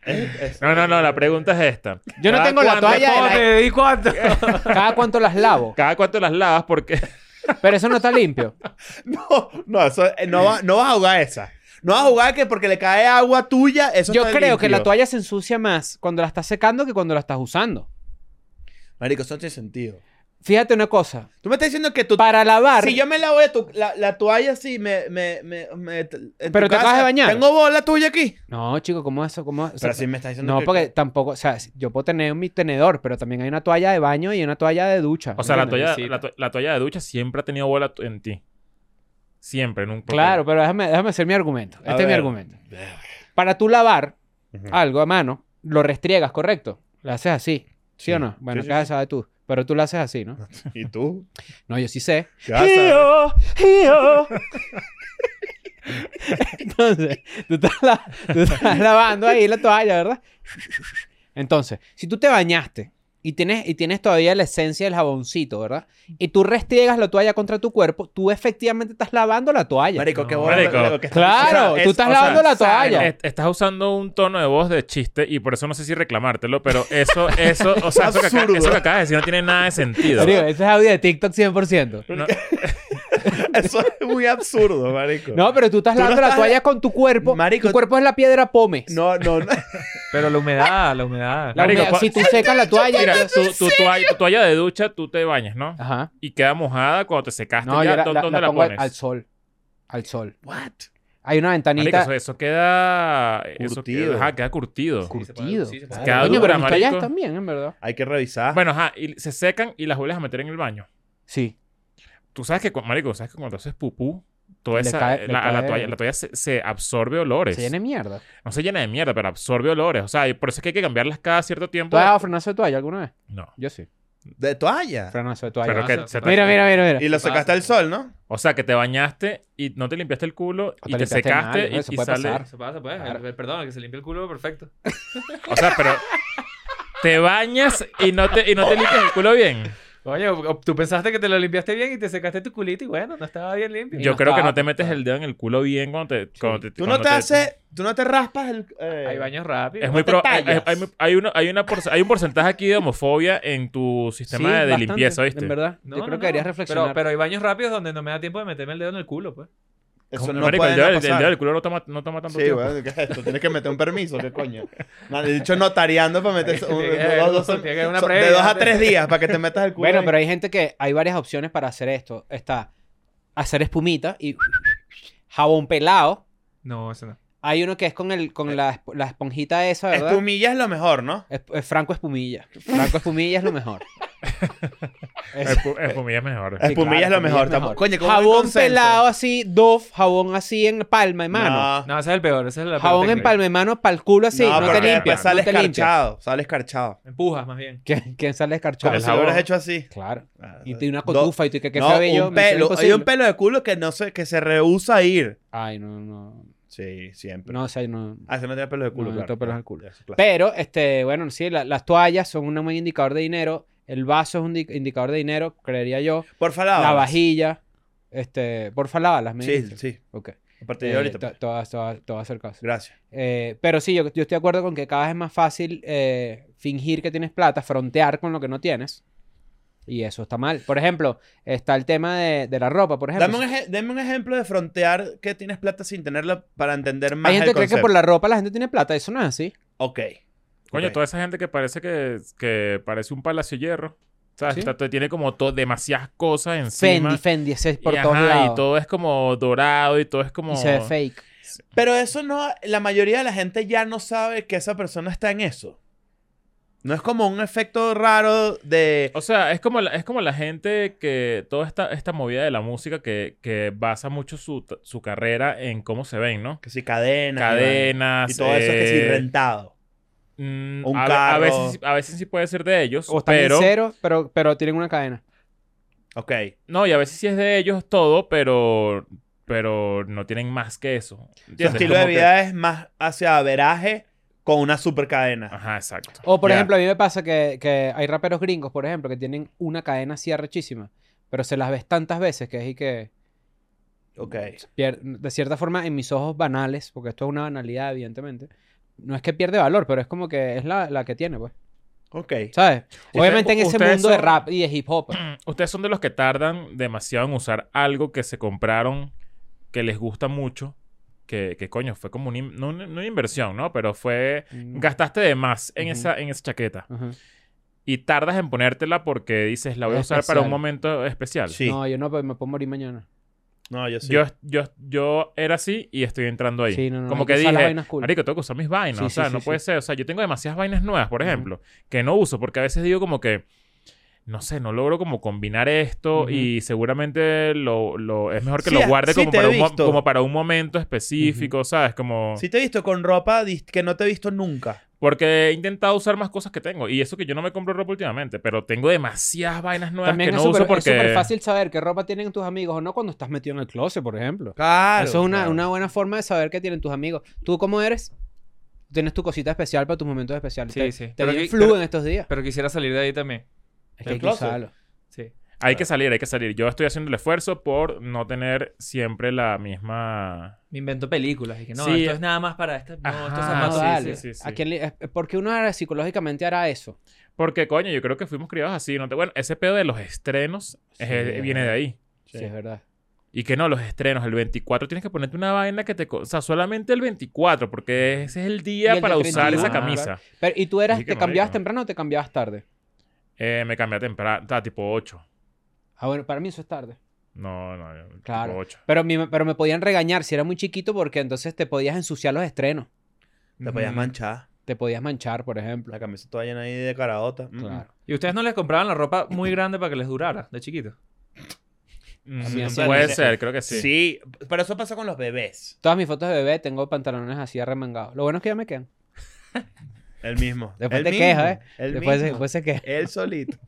Es- es- No, no, no, la pregunta es esta. Yo no ¿Cada tengo la cuánto- toalla de ¿Cómo la- te di cuánto? Cada cuánto las lavo. ¿Cada cuánto las lavas? Porque Pero eso no está limpio. No, no, eso, eh, no, va- no vas a jugar esa. No vas a jugar que porque le cae agua tuya, eso Yo no es creo que limpio. la toalla se ensucia más cuando la estás secando que cuando la estás usando. Marico, eso no tiene sentido. Fíjate una cosa. Tú me estás diciendo que tu... Para lavar. Si yo me lavo de tu- la, la toalla así, me... me, me, me- en tu Pero te acabas de bañar. ¿Tengo bola tuya aquí? No, chico, ¿cómo eso? ¿Cómo? o sea, Pero si me estás diciendo No, que- porque tampoco, o sea, yo puedo tener mi tenedor, pero también hay una toalla de baño y una toalla de ducha. O sea, la ¿entiendes? toalla, visita. la, to- la toalla de ducha siempre ha tenido bola t- en ti. Siempre, nunca. Claro, pero déjame, déjame hacer mi argumento. Este es mi ver. argumento. Para tú lavar Ujú. algo a mano, lo restriegas, ¿correcto? Lo haces así, ¿sí, Sí. o no? Bueno, Sí, sí, ¿qué sí. sabes tú? Pero tú lo haces así, ¿no? ¿Y tú? No, yo sí sé. ¿Qué vas a saber? Gio, Gio. Entonces, tú estás, la- tú estás lavando ahí la toalla, ¿verdad? Entonces, si tú te bañaste y tienes, y tienes todavía la esencia del jaboncito, ¿verdad? Y tú restriegas la toalla contra tu cuerpo, tú efectivamente estás lavando la toalla. Marico, qué No, bola. marico. lo que estás claro, diciendo. O sea, tú es- estás o sea, lavando la Pero toalla. est- Estás usando un tono de voz de chiste y por eso no sé si reclamártelo, pero eso, eso, o sea, eso que, acá- Absurdo. eso que acabas de decir no tiene nada de sentido. Marico, ese es audio de TikTok 100%. No, Eso es muy absurdo, marico. No, pero tú estás Tú no lavando la estás- toalla con tu cuerpo. Marico, tu cuerpo es la piedra Pómez. No, no, no. Pero la humedad, la humedad. La Marico, humedad- cua- si tú secas la toalla... Mira, entonces- tu, tu toalla, tu toalla de ducha, tú te bañas, ¿no? Ajá. Y queda mojada cuando te secaste. No, ya, yo la, ¿dó- la- ¿Dónde la la, pongo al- pones? al sol. Al sol. What? Hay una ventanita. Marico, eso, eso queda... Eso Curtido. queda, ajá, queda curtido. Sí, se puede- Curtido. sí, se puede. Cada Coño, dura, pero mis toallas marico. están bien, en verdad. Hay que revisar. Bueno, ajá, y se secan y las vuelves a meter en el baño. Sí. Tú sabes que, cu- marico, sabes que cuando haces pupú, toda Le esa... eh, cae- le la, a la cae- toalla, la toalla se, se absorbe olores. Se llena de mierda. No se llena de mierda, pero absorbe olores. O sea, y por eso es que hay que cambiarlas cada cierto ¿Tú tiempo. has dado frenazo de toalla alguna vez? No. Yo sí. De toalla. Frenazo de toalla. Pero o que sea, se te- Mira, mira, mira, mira. Y lo sacaste al sol, ¿no? O sea, que te bañaste y no te limpiaste el culo te y te limpiaste secaste mal, y, eso y puede sale... pasar. Se pasa, pues. Claro. El- Perdón, el que se limpia el culo, perfecto. O sea, pero... Te bañas y no te, y no te limpias el culo bien. Oye, tú pensaste que te lo limpiaste bien y te secaste tu culito y bueno, no estaba bien limpio. Yo no creo que estaba- no te metes el dedo en el culo bien cuando te... cuando te- Tú no cuando te haces... Tú no te raspas el... eh, Hay baños rápidos. Es muy te pro- hay, tallas. hay- hay uno- hay una porce- hay un porcentaje aquí de homofobia en tu sistema de, de bastante, limpieza, ¿viste? En verdad. No, Yo creo no, que deberías no. reflexionar. Pero, pero hay baños rápidos donde no me da tiempo de meterme el dedo en el culo, pues. Eso Como- no marico, puede el, dedo, no el- el pasar. dedo del culo no toma, no toma tanto Sí, tiempo. weón, ¿qué es esto? Tienes que meter un permiso, ¿qué coño? Nada, De hecho, notariando para meterse. un- Tiene que haber dos- dos- un- tiene que haber una son- previa de dos a antes. tres días para que te metas el culo. bueno, ahí. pero hay gente que hay varias opciones para hacer esto. Está hacer espumita y jabón pelado. No, eso no. Hay uno que es con el con la, esp- la esponjita esa, ¿verdad? Espumilla es lo mejor, ¿no? Es- es Franco Espumilla. Franco Espumilla es lo mejor. Es- Espu- espumilla es mejor. claro, Espumilla es lo mejor. tampoco- Coño, ¿cómo voy jabón con Senso? pelado así, dof, jabón así en palma de mano. No, No, ese es el peor. Ese es la peor jabón en técnica. palma de mano, pa'l culo así, no, te porque después limpias. No Sale te limpias. escarchado, sale escarchado. Empujas, más bien. ¿Quién, quién sale escarchado? Como El si lo hubieras jabón. hecho así. Claro. Ah, Y te una do- cotufa y tú que qué no, feo bello, misión un pelo. Hay imposible. un pelo de culo que no se, que se rehúsa a ir. Ay, no, no. Sí, siempre. No, o sea, no. Ah, se no tiene pelo de culo, No, no claro. tengo pelos al culo. Ya, claro. Pero, este, bueno, sí, la- las toallas son un buen indicador de dinero. El vaso es un di- indicador de dinero, creería yo. Porfa, La lávame. vajilla. Este, porfa, lávalas, me Sí, dijiste. sí. Ok. A partir de Eh, ahorita. to- pues. todas- todas- todas hacer caso. Gracias. Eh, pero sí, yo, yo estoy de acuerdo con que cada vez es más fácil eh, fingir que tienes plata, frontear con lo que no tienes. Y eso está mal. Por ejemplo, está el tema de, de la ropa, por ejemplo. Dame un, eje- deme un ejemplo de frontear que tienes plata sin tenerla para entender más Hay gente el que cree que concepto. por la ropa la gente tiene plata. Eso no es así. Ok. Coño, Ok. toda esa gente que parece que, que parece un palacio de hierro. ¿Sabes? Sí. Está- te- tiene como to- demasiadas cosas encima. Fendi, Fendi, ese es por y, todos ajá, lados. y todo es como dorado y todo es como... Y se ve fake. Pero eso no, la mayoría de la gente ya no sabe que esa persona está en eso. No es como un efecto raro de... O sea, es como, la, es como la gente que... Toda esta, esta movida de la música que, que basa mucho su, su carrera en cómo se ven, ¿no? Que si cadena. Cadenas. Y todo eso que si eh, rentado. mm, un a, a carro. veces, a veces sí puede ser de ellos, O están pero... en cero, pero, pero tienen una cadena. Ok. No, y a veces sí es de ellos todo, pero... Pero no tienen más que eso. Su ¿entiendes? estilo de Como que- vida es más hacia veraje con una super cadena. Ajá, exacto. O, por Ya. ejemplo, a mí me pasa que, que hay raperos gringos, por ejemplo, que tienen una cadena así arrechísima, pero se las ves tantas veces que es y que... Ok. pier- de cierta forma, en mis ojos banales, porque esto es una banalidad, evidentemente, no es que pierde valor, pero es como que es la, la que tiene, pues. Ok. ¿Sabes? Obviamente en ese ustedes mundo de son- rap y de hip hop. pues, Mm, Ustedes son de los que tardan demasiado en usar algo que se compraron, que les gusta mucho, que, que coño, fue como una, in- no, una- no una inversión, ¿no? Pero fue... Gastaste de más en, Ujú. esa, en esa chaqueta. Ajá. Y tardas en ponértela porque dices, la voy a Es usar para un especial. momento especial. Sí. No, yo no, pues me puedo morir mañana. No, yo sí. Yo, yo, yo era así y estoy entrando ahí. Sí, no, no, como hay que que usar las dije, vainas cool. marico, tengo que usar mis vainas. Sí, o sí, sea, sí, no sí. puede ser. O sea, yo tengo demasiadas vainas nuevas, por Ujú. ejemplo, que no uso. Porque a veces digo como que, no sé, no logro como combinar esto. Ujú. Y seguramente lo, lo- es mejor que Sí, lo ah, guarde sí como, te para he un, mo- visto. como para un momento específico, ¿sabes? Como... Sí te he visto con ropa dis- que no te he visto nunca. Porque he intentado usar más cosas que tengo. Y eso que yo no me compro ropa últimamente. Pero tengo demasiadas vainas nuevas También es que no súper uso porque... es súper fácil saber qué ropa tienen tus amigos o no cuando estás metido en el closet, por ejemplo. Claro. Eso es una, claro. una buena forma de saber qué tienen tus amigos. ¿Tú cómo eres? Tienes tu cosita especial para tus momentos especiales. Sí, te, sí. Te Pero dio que- influ pero- en estos días. Pero quisiera salir de ahí también. Es que ¿El hay que closet? usarlo. Sí. Hay que salir, hay que salir. Yo estoy haciendo el esfuerzo por no tener siempre la misma... Me invento películas. Y que no, Sí. esto es nada más para estas. No, Ajá, estos Ah, zapatos. sí, vale. sí, sí, sí. ¿A quién le- es- ¿Por qué uno ahora psicológicamente hará eso? Porque, coño, yo creo que fuimos criados así. ¿no? te- Bueno, ese pedo de los estrenos es- Sí, es- viene de ahí. Sí, es verdad. Y que no, los estrenos, el 24 tienes que ponerte una vaina que te... co- O sea, solamente el 24, porque ese es el Y día el para del usar 31, esa camisa. Pero, ¿Y tú eras, Sí, que te cambiabas marico. temprano o te cambiabas tarde? Eh, me cambié temprano, tipo 8. Ah, bueno, para mí eso es tarde. No, no, yo- tipo Claro. ocho. Pero, mi- pero me podían regañar si era muy chiquito porque entonces te podías ensuciar los estrenos. Te podías Mm. Ujú. manchar. Te podías manchar, por ejemplo. La camisa toda llena ahí de caraota. Mm, Claro. ¿Y ustedes no les compraban la ropa muy grande para que les durara de chiquito? Mm, Sí, sí, puede sí. ser, creo que mm. Sí. sí. pero eso pasa con los bebés. Todas mis fotos de bebé tengo pantalones así arremangados. Lo bueno es que ya me quedan. El mismo. Después el te quejas, ¿eh? mismo, El Después, se- mismo. después se quejan. Él solito.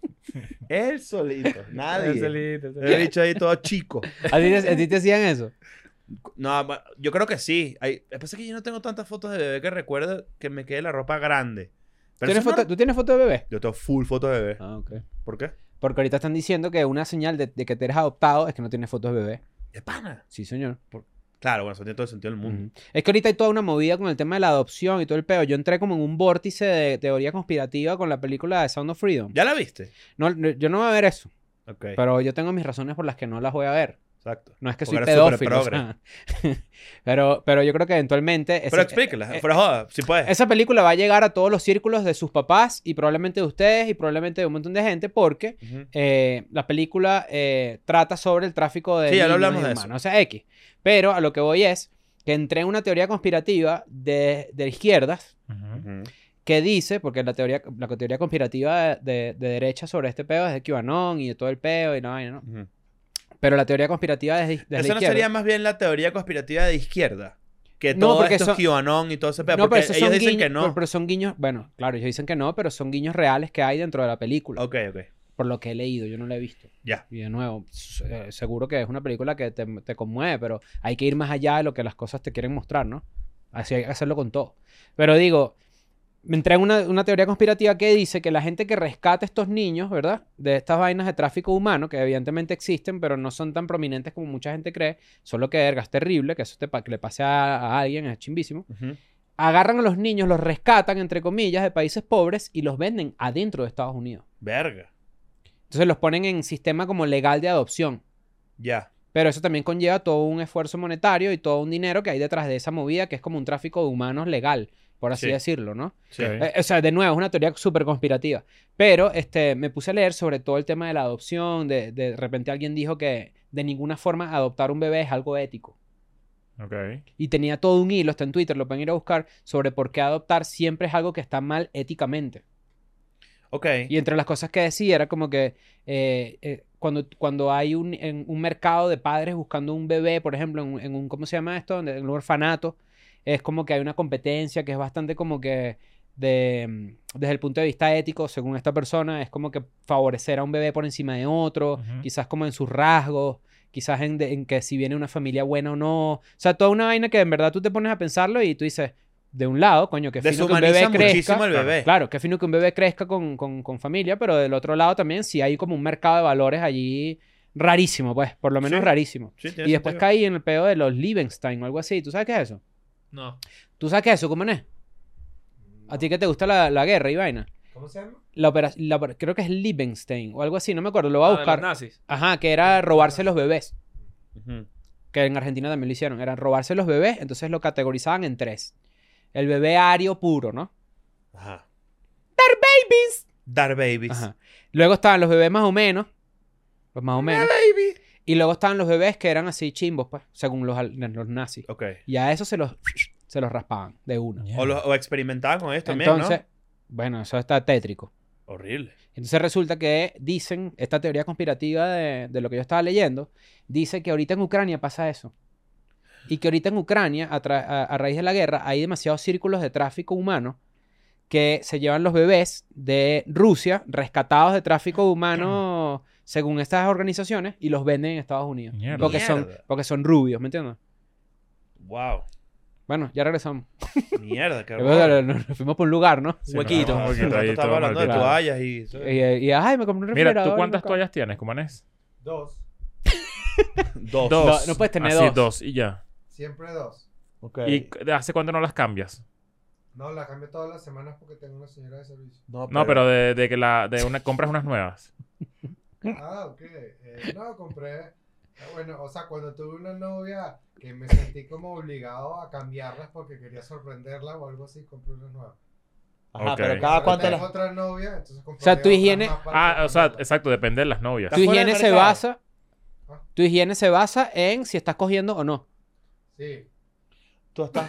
Él solito. Nadie. Ese lindo, ese El lindo. bicho ahí todo chico. ¿A ti te, a ti te hacían eso? No, ma- yo creo que sí. Hay, lo que pasa es que yo no tengo tantas fotos de bebé que recuerdo que me quede la ropa grande. Pero ¿Tienes eso no- foto- ¿Tú tienes foto de bebé? Yo tengo full foto de bebé. Ah, ok. ¿Por qué? Porque ahorita están diciendo que una señal de, de que te eres adoptado es que no tienes fotos de bebé. De pana. Sí, señor. Claro, bueno, eso tiene todo el sentido del mundo. Ujú. Es que ahorita hay toda una movida con el tema de la adopción y todo el peo. Yo entré como en un vórtice de teoría conspirativa con la película de Sound of Freedom. ¿Ya la viste? No, no- yo no voy a ver eso, Ok. pero yo tengo mis razones por las que no las voy a ver. Exacto. No es que Porque soy eres súper pedófilo. o sea. pero, pero yo creo que eventualmente... ese- Pero explícala. eh, fuera joda, si puedes. Esa película va a llegar a todos los círculos de sus papás y probablemente de ustedes y probablemente de un montón de gente porque Ujú. eh, la película eh, trata sobre el tráfico de Sí, ya niños lo hablamos y de humanos, o sea, X. Pero a lo que voy es que entré en una teoría conspirativa de, de izquierdas Ujú. Ujú. que dice, porque la teoría, la teoría conspirativa de, de, de derecha sobre este peo es de QAnon y de todo el peo y no, no, Ujú. Pero la teoría conspirativa es de, desde la Esa no izquierda. sería más bien la teoría conspirativa de izquierda. Que No, todo porque esto es son- QAnon y todo ese pedo. No, porque pero esos ellos son dicen que guiños- no. pero- pero son guiños, bueno, claro, ellos dicen que no, pero son guiños reales que hay dentro de la película, Ok, ok. por lo que he leído, yo no la he visto. Ya. Y de nuevo, s- eh, seguro que es una película que te, te conmueve, pero hay que ir más allá de lo que las cosas te quieren mostrar, ¿no? Así hay que hacerlo con todo. Pero digo, me entré en una, una teoría conspirativa que dice que la gente que rescata a estos niños, ¿verdad? De estas vainas de tráfico humano, que evidentemente existen, pero no son tan prominentes como mucha gente cree, solo que verga, es terrible, que eso te pa- que le pase a, a alguien, es chimbísimo. Ujú. Agarran a los niños, los rescatan, entre comillas, de países pobres y los venden adentro de Estados Unidos. Verga. Entonces los ponen en sistema como legal de adopción. Ya. Pero eso también conlleva todo un esfuerzo monetario y todo un dinero que hay detrás de esa movida, que es como un tráfico de humanos legal, por así Sí. decirlo, ¿no? Sí. Ok. Eh, o sea, de nuevo, es una teoría súper conspirativa. Pero este, me puse a leer sobre todo el tema de la adopción. De, de repente alguien dijo que de ninguna forma adoptar un bebé es algo ético. Ok. Y tenía todo un hilo, está en Twitter, lo pueden ir a buscar, sobre por qué adoptar siempre es algo que está mal éticamente. Ok. Y entre las cosas que decía era como que eh, eh, cuando, cuando hay un, en un mercado de padres buscando un bebé, por ejemplo, en, un- en un, ¿cómo se llama esto? Donde- En un orfanato, es como que hay una competencia que es bastante como que de, mm, desde el punto de vista ético, según esta persona, es como que favorecer a un bebé por encima de otro, Ujú. quizás como en sus rasgos, quizás en, de- en que si viene una familia buena o no. O sea, toda una vaina que en verdad tú te pones a pensarlo y tú dices, de un lado, coño, que fino que un bebé Deshumaniza crezca. muchísimo el bebé. Claro, qué fino que un bebé crezca con, con- con familia, pero del otro lado también sí hay como un mercado de valores allí rarísimo, pues, por lo menos Sí. rarísimo. Sí, tiene Y después sentido. caí en el pedo de los Liebenstein o algo así. ¿Tú sabes qué es eso? No. ¿Tú sabes qué es eso, Cumané? ¿A ti que te gusta la, la guerra y vaina? ¿Cómo se llama? La opera- la opera- creo que es Liebenstein o algo así, no me acuerdo, Ah, lo voy a buscar. Ah, Los nazis. Ajá, que era robarse los bebés, Ujú. que en Argentina también lo hicieron, eran robarse los bebés, entonces lo categorizaban en tres. El bebé ario puro, ¿no? Ajá. Dar babies. Dar babies. Ajá. Luego estaban los bebés más o menos. Los más o menos. Baby. Y luego estaban los bebés que eran así chimbos, pues, según los, al- los nazis. Ok. Y a esos se los, se los raspaban de una. O, lo- o experimentaban con esto también, Entonces, bueno, eso está tétrico. ¿no? Horrible. Entonces resulta que dicen, esta teoría conspirativa de, de lo que yo estaba leyendo, dice que ahorita en Ucrania pasa eso. Y que ahorita en Ucrania, a, tra- a- a raíz de la guerra, hay demasiados círculos de tráfico humano que se llevan los bebés de Rusia, rescatados de tráfico humano, según estas organizaciones, y los venden en Estados Unidos. Mierda. Porque son, Mierda. porque son rubios, ¿me entiendes? Wow. Bueno, ya regresamos. Mierda, qué horror. Nos fuimos por un Eh, lugar, ¿no? Sí, Huequito. no, No, no, hace rato ahí todo Estaba hablando de maldito. marcado. toallas y... Y, y, ay, me compré un refrigerador. Mira, ¿tú y cuántas nunca- toallas tienes, Cumanes? Dos, Dos. Dos. No, no puedes tener Así, dos. dos y ya. siempre dos. Ok. ¿Y cu- hace cuánto no las cambias? No, la cambio todas las semanas porque tengo una señora de servicio. No, pero de, de que la, de una compras unas nuevas. Mm. Ah, ok. Eh, no, compré. eh, Bueno, o sea, cuando tuve una novia que me sentí como obligado a cambiarlas porque quería sorprenderla o algo así, compré unas nuevas. Ajá, Ok. pero Ah, cada Pero cuánto tengo las... otra novia, entonces compré sea, tu otras higiene- más para Ah, o sea, sorprenderla. exacto, depende de las novias. Tu fuera del higiene se mercado. Ah. basa Tu higiene se basa en si estás cogiendo o no. Sí. Tú estás.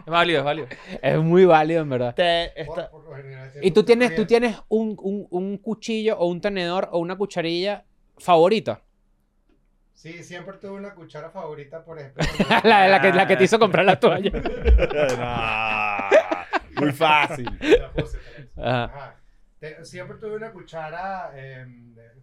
Es válido, es válido. Es muy válido, en verdad. te- por- está- por lo general Y siempre tú estoy tienes, tú comiendo. tienes un, un- un cuchillo o un tenedor o una cucharilla favorita. Sí, siempre tuve una cuchara favorita, por ejemplo. cuando- La, la que, la que te hizo comprar la toalla. No, muy fácil. Te la puse, te la puse. Ajá. Ajá. Te- siempre tuve una cuchara eh,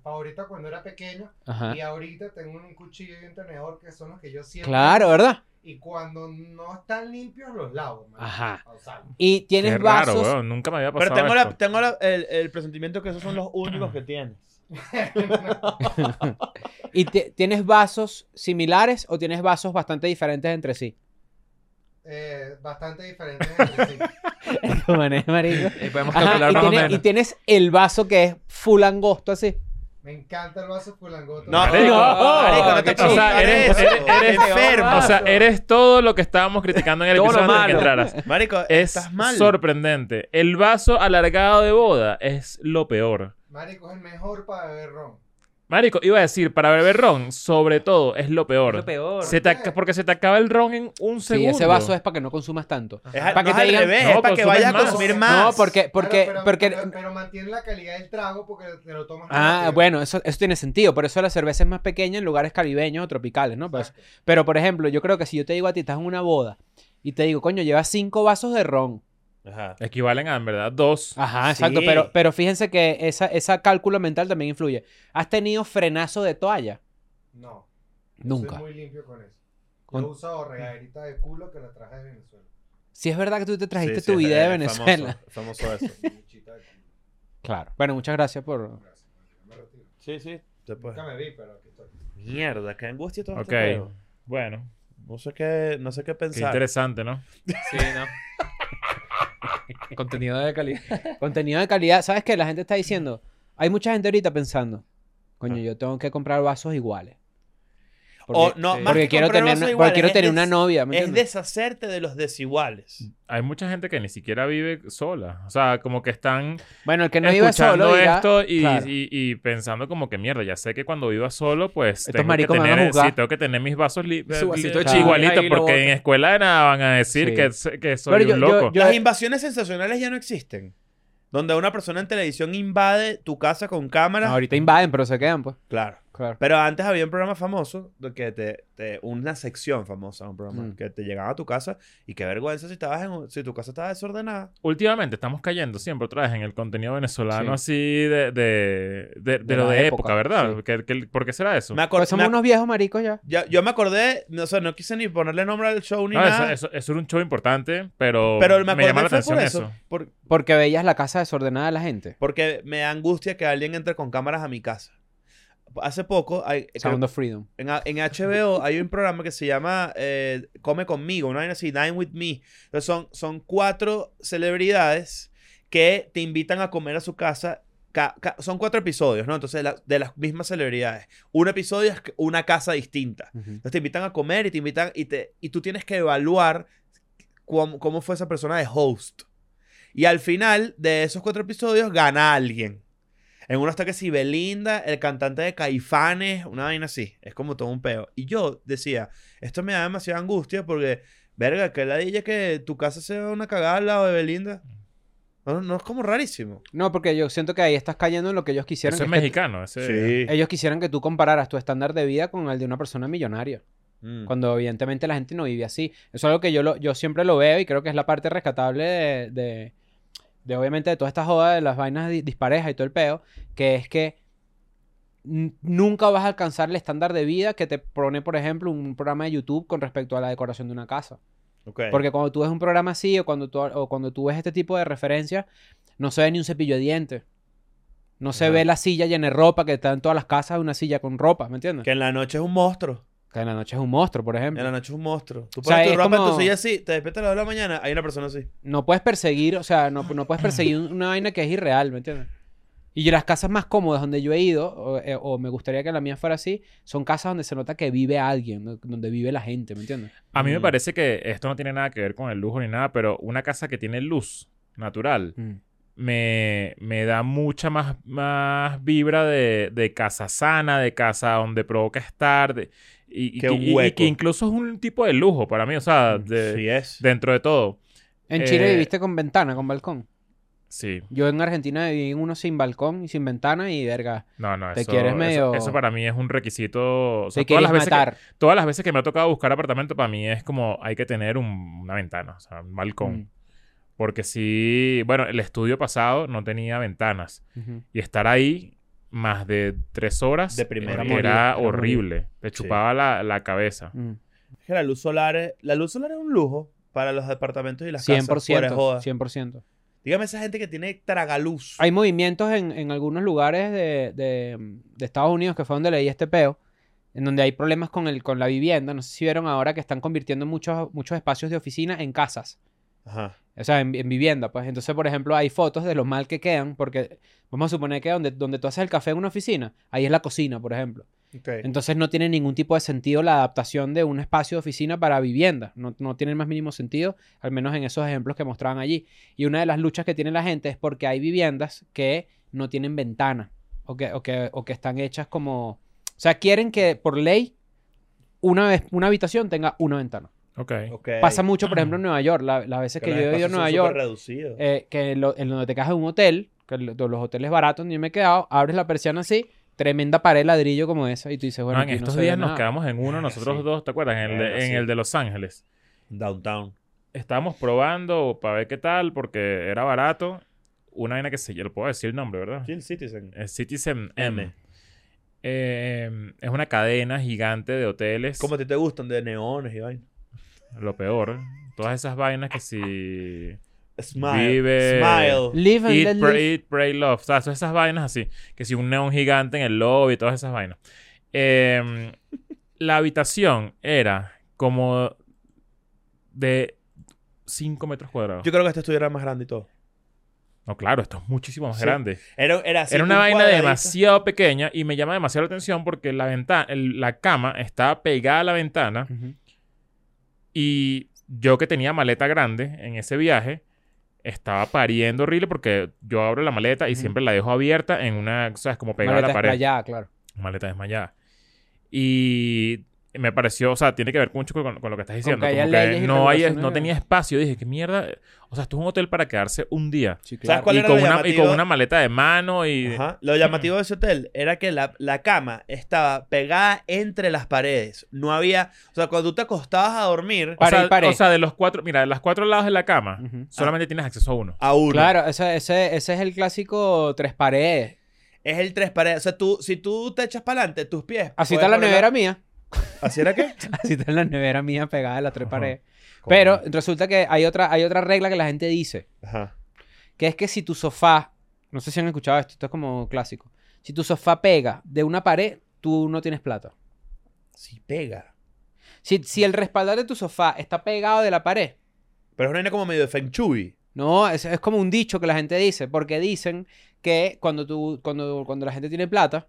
favorita cuando era pequeño Ajá. y ahorita tengo un cuchillo y un tenedor que son los que yo siempre Claro, ¿verdad? y cuando no están limpios los lavo. man. Ajá. O sea, Y tienes Qué raro, vasos. weón. Nunca me había pasado Pero tengo, la- esto. tengo la- el, el presentimiento que esos son los únicos que tienes. y te- tienes vasos similares o tienes vasos bastante diferentes entre sí. eh, bastante diferentes entre sí. marico. Eh, podemos Ajá, calcular y, más o tienes, y menos. tienes el vaso que es full angosto así. Me encanta el vaso fulangoto. No, Marico, no, eh. marico, no te o sea, preguntes eres, eso. eres- eres Enfermo. O sea, eres todo lo que estábamos criticando en el Todo lo episodio antes de que malo. entraras. Marico, Es estás mal. sorprendente. El vaso alargado de boda es lo peor. Marico es el mejor para beber ron. Marico, iba a decir, para beber ron, sobre todo, es lo Es peor. lo peor. Se te ¿Por ac- qué? porque se te acaba el ron en un Sí, segundo. ese vaso es para que no consumas tanto. Es, Ajá. no que es te al digan, revés, no, es para que consumes vayas a más. consumir más. No, porque, porque, Claro, pero, porque. pero- pero mantiene la calidad del trago porque te lo tomas. Ah, rápido. bueno, eso, eso tiene sentido. Por eso la cerveza es más pequeña en lugares caribeños o tropicales, ¿no? Pues, Exacto. pero, por ejemplo, yo creo que si yo te digo a ti, estás en una boda y te digo, coño, llevas cinco vasos de ron. Ajá. Equivalen a, en verdad, dos. Ajá, Sí. exacto. Pero, pero fíjense que esa, esa cálculo mental también influye. ¿Has tenido frenazo de toalla? No. yo Nunca. Soy muy limpio con eso. Con- Yo uso regaderita de culo que la traje de Venezuela. Si es verdad que tú te trajiste Sí, sí, tu es- video de es Venezuela. Famoso, famoso eso. Mi luchita de culo. Claro. Bueno, muchas gracias por. Gracias, marico, me retiro. Sí, sí. te puedes. Nunca me vi, pero aquí estoy. Mierda, qué angustia todo Ok. este pedo. Bueno, No sé qué, no sé qué qué pensar. interesante, ¿no? Sí, no. Contenido de calidad. Contenido de calidad. ¿Sabes qué? La gente está diciendo. Hay mucha gente ahorita pensando. Coño, yo tengo que comprar vasos iguales. O, Porque, no, sí. más porque que quiero comprar tener, vasos una, iguales, porque quiero es tener una des- novia. ¿me Es entiendes? deshacerte de los desiguales. Hay mucha gente que ni siquiera vive sola. O sea, como que están Bueno, el que no vive escuchando solo dirá, esto y, claro. y- y pensando como que mierda, ya sé que cuando viva solo, pues Estos tengo que, maricos me van a tener, juzgar. sí, tengo que tener mis vasos li- Su vasito de chile igualitos, ahí lo bota. porque en escuela de nada van a decir Sí. que, se- que soy Pero un yo- yo- loco. yo- Las invasiones sensacionales ya no existen. Donde una persona en televisión invade tu casa con cámaras. No, ahorita invaden, pero se quedan, pues. Claro. Claro. Pero antes había un programa famoso, de que te, te- una sección famosa, un programa, Mm. que te llegaban a tu casa y qué vergüenza si estabas en un- si tu casa estaba desordenada. Últimamente estamos cayendo siempre otra vez en el contenido venezolano así de, de, de- de De lo la de época, época, ¿verdad? sí. ¿Qué- qué- ¿Por qué será eso? Me acor- Pues somos me ac- unos viejos maricos ya. ya- yo me acordé, no, o sea, no quise ni ponerle nombre al show ni No, eso, nada. eso- eso era un show importante, pero, pero me me, acordé llama la fue atención por eso. eso. por- Porque veías la casa desordenada de la gente. porque me da angustia que alguien entre con cámaras a mi casa. Hace poco, hay- Eh, creo- Sound of Freedom. En, en HBO hay un programa que se llama eh, Come conmigo, una vaina así, Dine with me. Entonces son, son cuatro celebridades que te invitan a comer a su casa. Ca- ca- son cuatro episodios, ¿no? Entonces la- de las mismas celebridades. Un episodio es una casa distinta. Ujú. Entonces te invitan a comer y te invitan y, te, y tú tienes que evaluar cuam- cómo fue esa persona de host. Y al final de esos cuatro episodios gana alguien. En uno está que si Belinda, el cantante de Caifanes, una vaina así. Es como todo un peo. Y yo decía, esto me da demasiada angustia porque, verga, que la dije que tu casa sea una cagada al lado de Belinda. No, no es como rarísimo. No, porque yo siento que ahí estás cayendo en lo que ellos quisieron. Eso es que mexicano. Ese, tú- ellos quisieron que tú compararas tu estándar de vida con el de una persona millonaria. Mm. Cuando evidentemente la gente no vive así. Eso es algo que yo, lo, yo siempre lo veo y creo que es la parte rescatable de, de- de, obviamente de toda esta joda de las vainas di- disparejas y todo el peo, que es que n- nunca vas a alcanzar el estándar de vida que te pone, por ejemplo, un programa de YouTube con respecto a la decoración de una casa. Ok. Porque cuando tú ves un programa así o cuando tú, o cuando tú ves este tipo de referencias, no se ve ni un cepillo de dientes. No se Ajá. ve la silla llena de ropa que está en todas las casas, una silla con ropa, ¿me entiendes? Que en la noche es un monstruo. Que en la noche es un monstruo, por ejemplo. En la noche es un monstruo. Tú O sea, pones es tu ropa en como- tu silla así, te despiertas a las 2 de la mañana, hay una persona así. No puedes perseguir, o sea, no, no puedes perseguir una vaina que es irreal, ¿me entiendes? Y las casas más cómodas donde yo he ido, o, eh, o me gustaría que la mía fuera así, son casas donde se nota que vive alguien, ¿no? donde vive la gente, ¿me entiendes? A mí me Mm. parece que esto no tiene nada que ver con el lujo ni nada, pero una casa que tiene luz natural me, me da mucha más, más vibra de, de casa sana, de casa donde provoca estar. de- y, y Qué que- y- y hueco. Mm, que incluso es un tipo de lujo para mí, o sea, de- sí es. dentro de todo. En Chile Eh, viviste con ventana, con balcón. Sí, Yo en Argentina viví en uno sin balcón y sin ventana y verga. no, no, Te eso, quieres eso- medio- eso para mí es un requisito. o sea, Te todas quieres las veces que- matar. todas las veces que me ha tocado buscar apartamento, para mí es como hay que tener un- una ventana, o sea, un balcón. Mm, Porque sí, bueno, el estudio pasado no tenía ventanas. ujú. Y estar ahí más de tres horas De primera era, morir, era morir. horrible. Te chupaba la, la cabeza. Mm. Es que la luz solar es, la luz solar es un lujo para los departamentos y las casas. fuera 100%. de joda. 100%. Dígame esa gente que tiene tragaluz. Hay movimientos en, en algunos lugares de, de- de Estados Unidos, que fue donde leí este peo, en donde hay problemas con, el, con la vivienda. No sé si vieron ahora que están convirtiendo muchos, muchos espacios de oficina en casas. Ajá. O sea, en, en vivienda, pues. Entonces, por ejemplo, hay fotos de lo mal que quedan, porque vamos a suponer que donde, donde tú haces el café en una oficina, ahí es la cocina, por ejemplo. Okay. Entonces no tiene ningún tipo de sentido la adaptación de un espacio de oficina para vivienda. No, no tiene el más mínimo sentido, al menos en esos ejemplos que mostraban allí. Y una de las luchas que tiene la gente es porque hay viviendas que no tienen ventana o que, o que, o que están hechas como... O sea, quieren que por ley una, vez, una habitación tenga una ventana. Ok. Okay. Pasa mucho, por ejemplo, en Nueva York. La- las veces que, yo he ido a Nueva York, Reducido. eh, que lo- en donde te quedas en un hotel, que lo- de los hoteles baratos donde yo me he quedado, abres la persiana así, tremenda pared de ladrillo como esa, y tú dices, bueno, No, en aquí no estos se ve días nos nada. quedamos en uno, nosotros sí. dos, ¿te acuerdas? En el, de, Verga, en sí. el de Los Ángeles. Downtown. Estábamos probando para ver qué tal, porque era barato. Una vaina que se... Yo le puedo decir el nombre, ¿verdad? Chill Citizen. Eh, Citizen M. M. Eh, es una cadena gigante de hoteles. ¿Cómo a ti te gustan? De neones y vaina. Lo peor. Todas esas vainas que si... Smile. Vive- Smile. Live and let Eat, pray, live. eat, pray, love. O sea, todas esas vainas así. Que si un neón gigante en el lobby y todas esas vainas. Eh, la habitación era como de 5 metros cuadrados. Yo creo que este estudio era más grande y todo. No, claro, esto es muchísimo más Sí. grande. Era, era, así, era una un vaina cuadradito. demasiado pequeña y me llama demasiado la atención porque la, ventana, la cama estaba pegada a la ventana Ujú. y yo que tenía maleta grande en ese viaje, estaba pariendo horrible porque yo abro la maleta y Ujú. siempre la dejo abierta en una, ¿sabes? Como pegada Maleta a la pared. explayada, claro. maleta desmayada. Y me pareció, o sea, tiene que ver mucho con, con lo que estás diciendo. que haya como que leyes y no, hay, no regulaciones. tenía espacio. Dije, qué mierda. O sea, esto es un hotel para quedarse un día. Sí, claro. ¿Sabes cuál y, era con lo una, y con llamativo? una maleta de mano y... Ajá. Lo llamativo de ese hotel era que la, la cama estaba pegada entre las paredes. No había. O sea, cuando tú te acostabas a dormir, O, Pared, sea, pared. o sea, de los cuatro... Mira, de los cuatro lados de la cama, Ujú. solamente tienes acceso a uno. a uno. Claro, ese, ese, ese es el clásico tres paredes. Es el tres paredes. O sea, tú, si tú te echas para adelante, tus pies. Así puedes está la poner nevera mía. ¿Así era qué? Así está la nevera mía pegada a las tres Ajá. paredes. Pero resulta que hay otra, hay otra regla que la gente dice, Ajá. que es que si tu sofá, no sé si han escuchado esto, esto es como clásico, si tu sofá pega de una pared, tú no tienes plata. Sí, pega. Si, si el respaldar de tu sofá está pegado de la pared, Pero es una vaina como medio de Feng Shui. No, es, es como un dicho que la gente dice, porque dicen que cuando tú, cuando, cuando la gente tiene plata,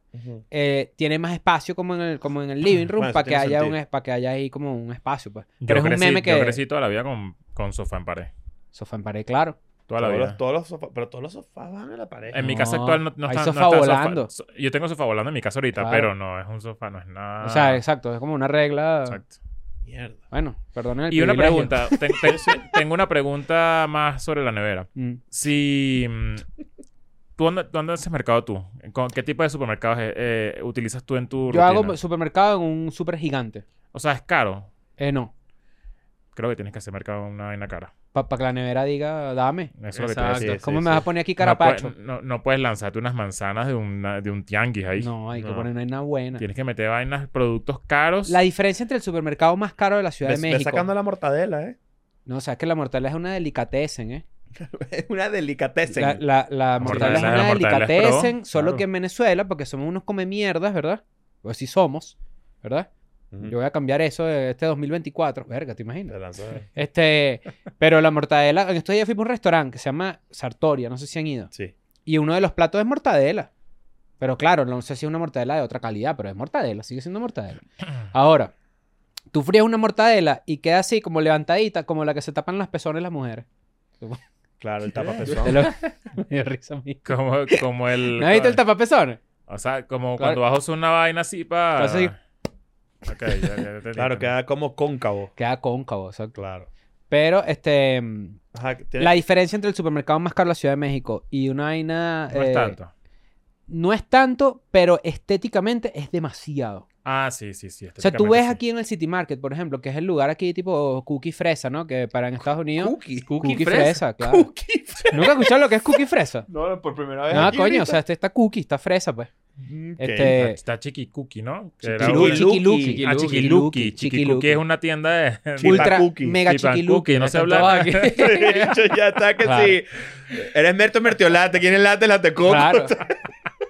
eh, tiene más espacio como en el, como en el living room Bueno, eso para que tiene haya un, sentido. es- para que haya ahí como un espacio, pues. Yo Pero es crecí, un meme Yo que crecí toda la vida con, con sofá en pared. sofá en pared, claro. Toda la Todos vida. los- todos los sofás- pero todos los sofás van a la pared. En mi casa No, actual no, no hay está... sofá no está volando. so- yo tengo sofá volando en mi casa ahorita, Claro. pero no es un sofá, no es nada... O sea, exacto, es como una regla. Ah. Exacto. Mierda. Bueno, perdonen el Y una privilegio. pregunta. ten- ten- tengo una pregunta más sobre la nevera. Mm. Si. mm, ¿Tú dónde, dónde haces mercado tú? ¿Con- ¿Qué tipo de supermercados eh, eh, utilizas tú en tu Yo rutina? hago supermercado en un super gigante. O sea, es caro. Eh, no. Creo que tienes que hacer mercado en una vaina cara. Para que la nevera diga, dame. Eso es lo que te Exacto. decía. Sí, ¿Cómo sí, me vas sí. a poner aquí No, puedes- carapacho? no, no puedes lanzarte unas manzanas de, una- de un tianguis ahí. No, hay que No. poner una buena. Tienes que meter vainas, productos caros. Pues, La diferencia entre el supermercado más caro de la Ciudad Ve- de ve México. sacando la mortadela, ¿eh? No, o sea, es que la mortadela es una delicatessen, ¿eh? Es una delicatez. La, la, la mortadela La es una mortadela- la mortadela es pro, delicatessen, solo claro. que en Venezuela, porque somos unos come mierdas, ¿verdad? Pues sí somos, ¿verdad? Mm. Yo voy a cambiar eso de este 2024. Verga, ¿te imaginas? ¿eh? Este, pero la mortadela... En estos días fuimos a un restaurante que se llama Sartoria, no sé si han ido. Sí. Y uno de los platos es mortadela. Pero claro, no sé si es una mortadela de otra calidad, pero es mortadela, sigue siendo mortadela. Ahora, tú frías una mortadela y queda así como levantadita, como la que se tapan las pezones las mujeres. Claro, el tapapezón. De lo- me dio risa a mí. Como, como el. ¿No has visto el tapapezón? O sea, como Claro. cuando bajas una vaina así para. Entonces- Ok, ya, ya, ya te Claro, entiendo. queda como cóncavo. Queda cóncavo, exacto. Claro. Pero, este... mm, Ajá, tiene- La diferencia entre el supermercado más caro de la Ciudad de México y una vaina... No es eh, tanto. No es tanto, pero estéticamente es demasiado. Ah, sí, sí, sí. O sea, tú ves estéticamente sí. aquí en el City Market, por ejemplo, que es el lugar aquí tipo cookie fresa, ¿no? Que para en Estados Unidos... Cookie. Cookie, fresa, fresa. claro. ¿Nunca has escuchado lo que es cookie fresa? No, por primera vez. No, aquí coño, ahorita. o sea, este está cookie, está fresa, pues. Mm, ok. este- eh, Ah, Está Chiquicuki, ¿no? Que era Chiquiluki. una- Chiquiluki. Ah, Chiquiluki. Chiquiluki. Chiquiluki Chiquiluki. es una tienda de... Chiquiluki. Ultra Chipacuki. mega Chipancuki, chiquiluki. no se habla Exacto. Estaba aquí. De hecho, ya está que Claro. sí. Eres Merto Mertiolate. ¿Quién es Late Late Coco? Claro.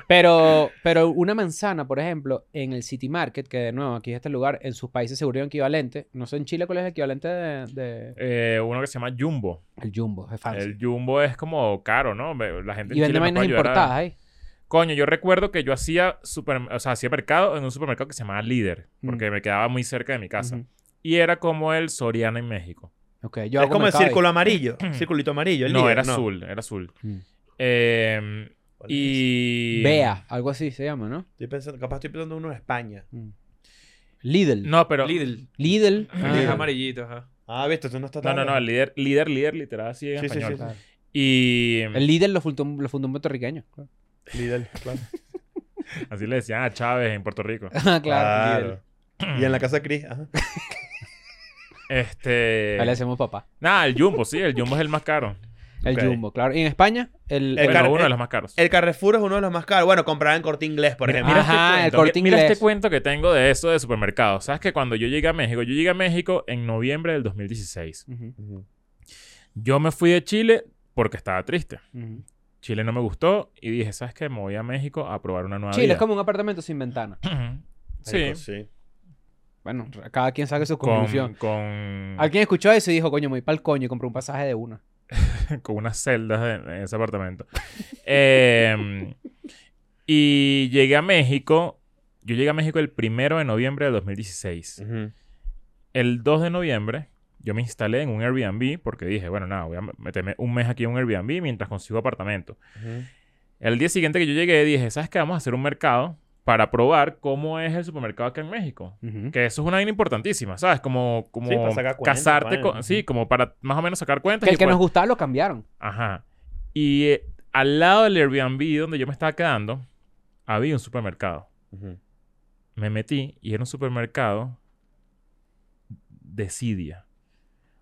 Pero, pero una manzana, por ejemplo, en el City Market, que de nuevo aquí es este lugar, en sus países seguro hay un equivalente. No sé en Chile cuál es el equivalente de, de- eh, uno que se llama Jumbo. el jumbo, es fancy. El Jumbo es como caro, ¿no? Me- La gente Ah, y en venden Chile me vainas puede ayudar a- importadas ahí. Coño, yo recuerdo que yo hacía super... o sea, hacía mercado en un supermercado que se llamaba Líder. Porque me quedaba muy cerca de mi casa. Mm. Ujú. Y era como el Soriana en México. Ok, yo Es hago como el mercado ahí. círculo amarillo. Circulito amarillo. el no, líder, era azul. Era azul. Mm. Eh, y... Bea, algo así se llama, ¿no? Estoy pensando, capaz estoy pensando uno en España. Mm. Lidl. No, pero... Lidl. Lidl. Ah, Ah, Es amarillito, ajá. Ah, viste, tú no estás No, no, no. el Líder, líder, líder, literal, así en Sí, sí, sí, español. sí. claro. Y... El Lidl lo fundó, un- lo fundó un puertorriqueño. claro. Lidl, claro. Así le decían a Chávez en Puerto Rico. Ah, claro. Lidl. Claro. Y en la casa de Cris. ajá. Este... Ahí le hacemos papá. Nada, el Jumbo, sí, el Jumbo es el más caro. El Ok. jumbo, claro. Y en España, el... El Bueno, car- uno de el- los más caros. El Carrefour es uno de los más caros. Bueno, compraba en Corte Inglés, por ejemplo. mira Ajá, el este cuento. corte mira inglés. este cuento que tengo de eso de supermercado. Sabes que cuando yo llegué a México, yo llegué a México en noviembre del 2016. Ujú, Yo me fui de Chile porque estaba triste. ujú. Chile no me gustó y dije, ¿sabes qué? Me voy a México a probar una nueva Chile es vida. como un apartamento sin ventana. sí, Marico, sí. Bueno, cada quien saque su conclusión. con, Mm. con, Alguien escuchó eso y dijo, coño, me voy pa'l coño y compré un pasaje de una. con unas celdas en, en ese apartamento. Eh, y llegué a México. Yo llegué a México el primero de noviembre del 2016. Ujú. el 2 de noviembre yo me instalé en un Airbnb porque dije, bueno, nada, voy a meterme un mes aquí en un Airbnb mientras consigo apartamento. Ujú. El día siguiente que yo llegué dije, ¿sabes qué? Vamos a hacer un mercado para probar cómo es el supermercado acá en México. Que eso es una vaina importantísima, ¿sabes? Como, como Sí, para sacar cuentas, casarte vaina, con... ajá. Sí, como para más o menos sacar cuentas. Que el y que pues- nos gustaba lo cambiaron. Ajá. Y eh, al lado del Airbnb donde yo me estaba quedando, había un supermercado. Ujú. me metí y era un supermercado de Sidia.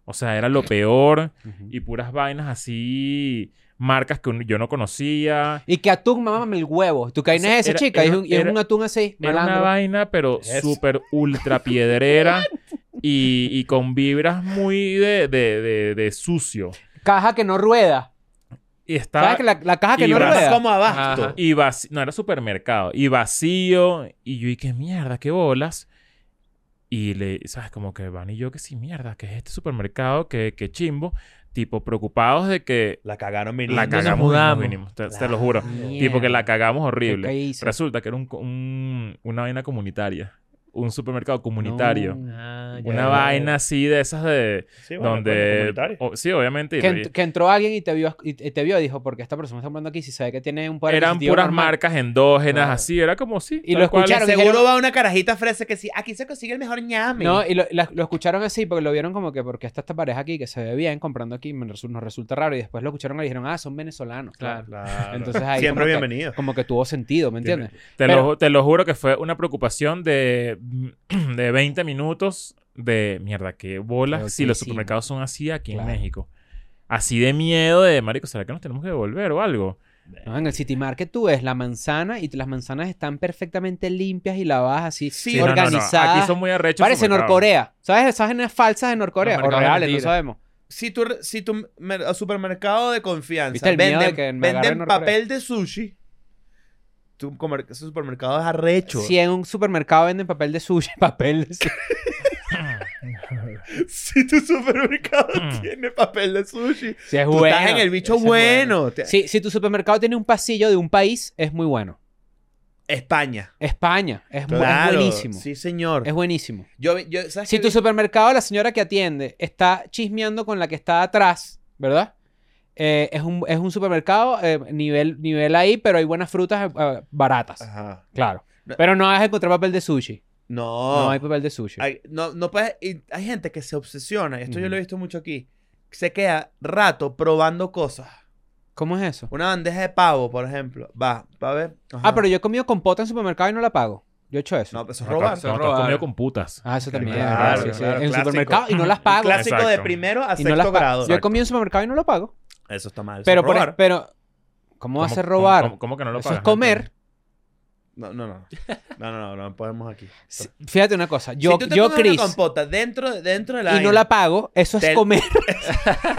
O sea, era lo peor y puras vainas así, marcas que un- yo no conocía. Y que atún mamame el huevo. ¿Tú caínes O sea, es esa era- chica? era- y es un, y es era- un atún así, Era una malandro. vaina, pero Yes. súper ultra piedrera y, y con vibras muy de, de- de- de sucio. Caja que no rueda. Y estaba... ¿Sabes que la, la caja que y no brazo rueda? Vas como abasto. Ajá. Y vaci- no era supermercado, y vacío, y yo, y qué mierda, qué bolas. Y le, ¿sabes? Como que van y yo, que sí, mierda, que es este supermercado, que, que chimbo, tipo preocupados de que La cagaron viniendo. la nos cagamos. y nos mudamos. vinimos, te, te lo juro. Tipo que la cagamos horrible. Resulta que era un, co- un- una vaina comunitaria, un supermercado comunitario. Ah, ya. Una vaina así de esas de Sí, bueno, pues, coño, donde... comunitario. o- sí, obviamente. y- Que, ent- que entró alguien y te vio y y te vio y dijo, porque esta persona está comprando aquí, si sabe que tiene un poder eran adquisitivo puras normal". marcas endógenas, Claro. así. Era como, sí. Y tal lo cual. escucharon. Seguro dijeron- va una carajita fresa que sí. Aquí se consigue el mejor ñame. No, y lo, la- lo escucharon así porque lo vieron como que porque está esta pareja aquí que se ve bien comprando aquí, me resu- nos resulta raro. Y después lo escucharon y dijeron, ah, son venezolanos. Claro. Claro. Entonces ahí Siempre como que- bienvenido. Como que tuvo sentido, ¿me entiendes? Te, Pero- lo, te lo juro que fue una preocupación de, de 20 minutos de mierda, qué Pero bolas si ¿qué los hicimos? supermercados son así aquí Claro. en México. Así de miedo de, marico, ¿será que nos tenemos que devolver o algo? No, en el City Market tú ves la manzana y las manzanas están perfectamente limpias y lavadas así, Sí, no, no, no. organizadas. Aquí son muy arrechos. Parece supermercados. Norcorea. ¿Sabes? Esas vainas falsas de Norcorea. Los O mercados de reales, no mentira. sabemos. Si tu, re- si tu mer- supermercado de confianza ¿Viste el miedo de venden, que me agarren venden en Norcorea? papel de sushi, tu comer- ese supermercado es arrecho. Si en un supermercado venden papel de sushi, papel de sushi. Si tu supermercado Mm. tiene papel de sushi, Si es tú bueno. estás en el bicho ese es bueno. Te- Si, si tu supermercado tiene un pasillo de un país, es muy bueno. España. España es, bu- es Claro. buenísimo. Sí, señor. Es buenísimo. Yo, vi- yo- ¿sabes Si qué tu vi? supermercado, la señora que atiende, está chismeando con la que está atrás, ¿verdad? Eh, es, un, es un supermercado, eh, nivel, nivel ahí, pero hay buenas frutas eh, baratas. Ajá. Claro. No- Oh. Pero no vas a encontrar papel de sushi. No. No hay papel de sushi. Hay, no, no puedes- y hay gente que se obsesiona, y esto yo Ujú. lo he visto mucho aquí, se queda rato probando cosas. ¿Cómo es eso? Una bandeja de pavo, por ejemplo. Va, va a ver. Ajá. Ah, pero yo he comido compota en supermercado y no la pago. Yo he hecho eso. No, eso es No, robar. se no, te has robar. comido con putas. Ah, eso también. Claro, ¿verdad? Sí, claro, sí. claro, en el clásico. supermercado y no las pago. Clásico de Exacto. primero a Y no sexto las pago. grado. Yo he comido en supermercado y no lo pago. Eso está mal. eso Pero, es por- robar. pero ¿cómo va a ser robar? ¿Cómo, cómo que no lo eso pagas? es comer. No, no, no. No, no, no, no podemos aquí. Sí, Fíjate una cosa. Yo, si tú te yo comes Chris, una compota dentro, dentro de la y no vaina, la pago, eso es Te- comer.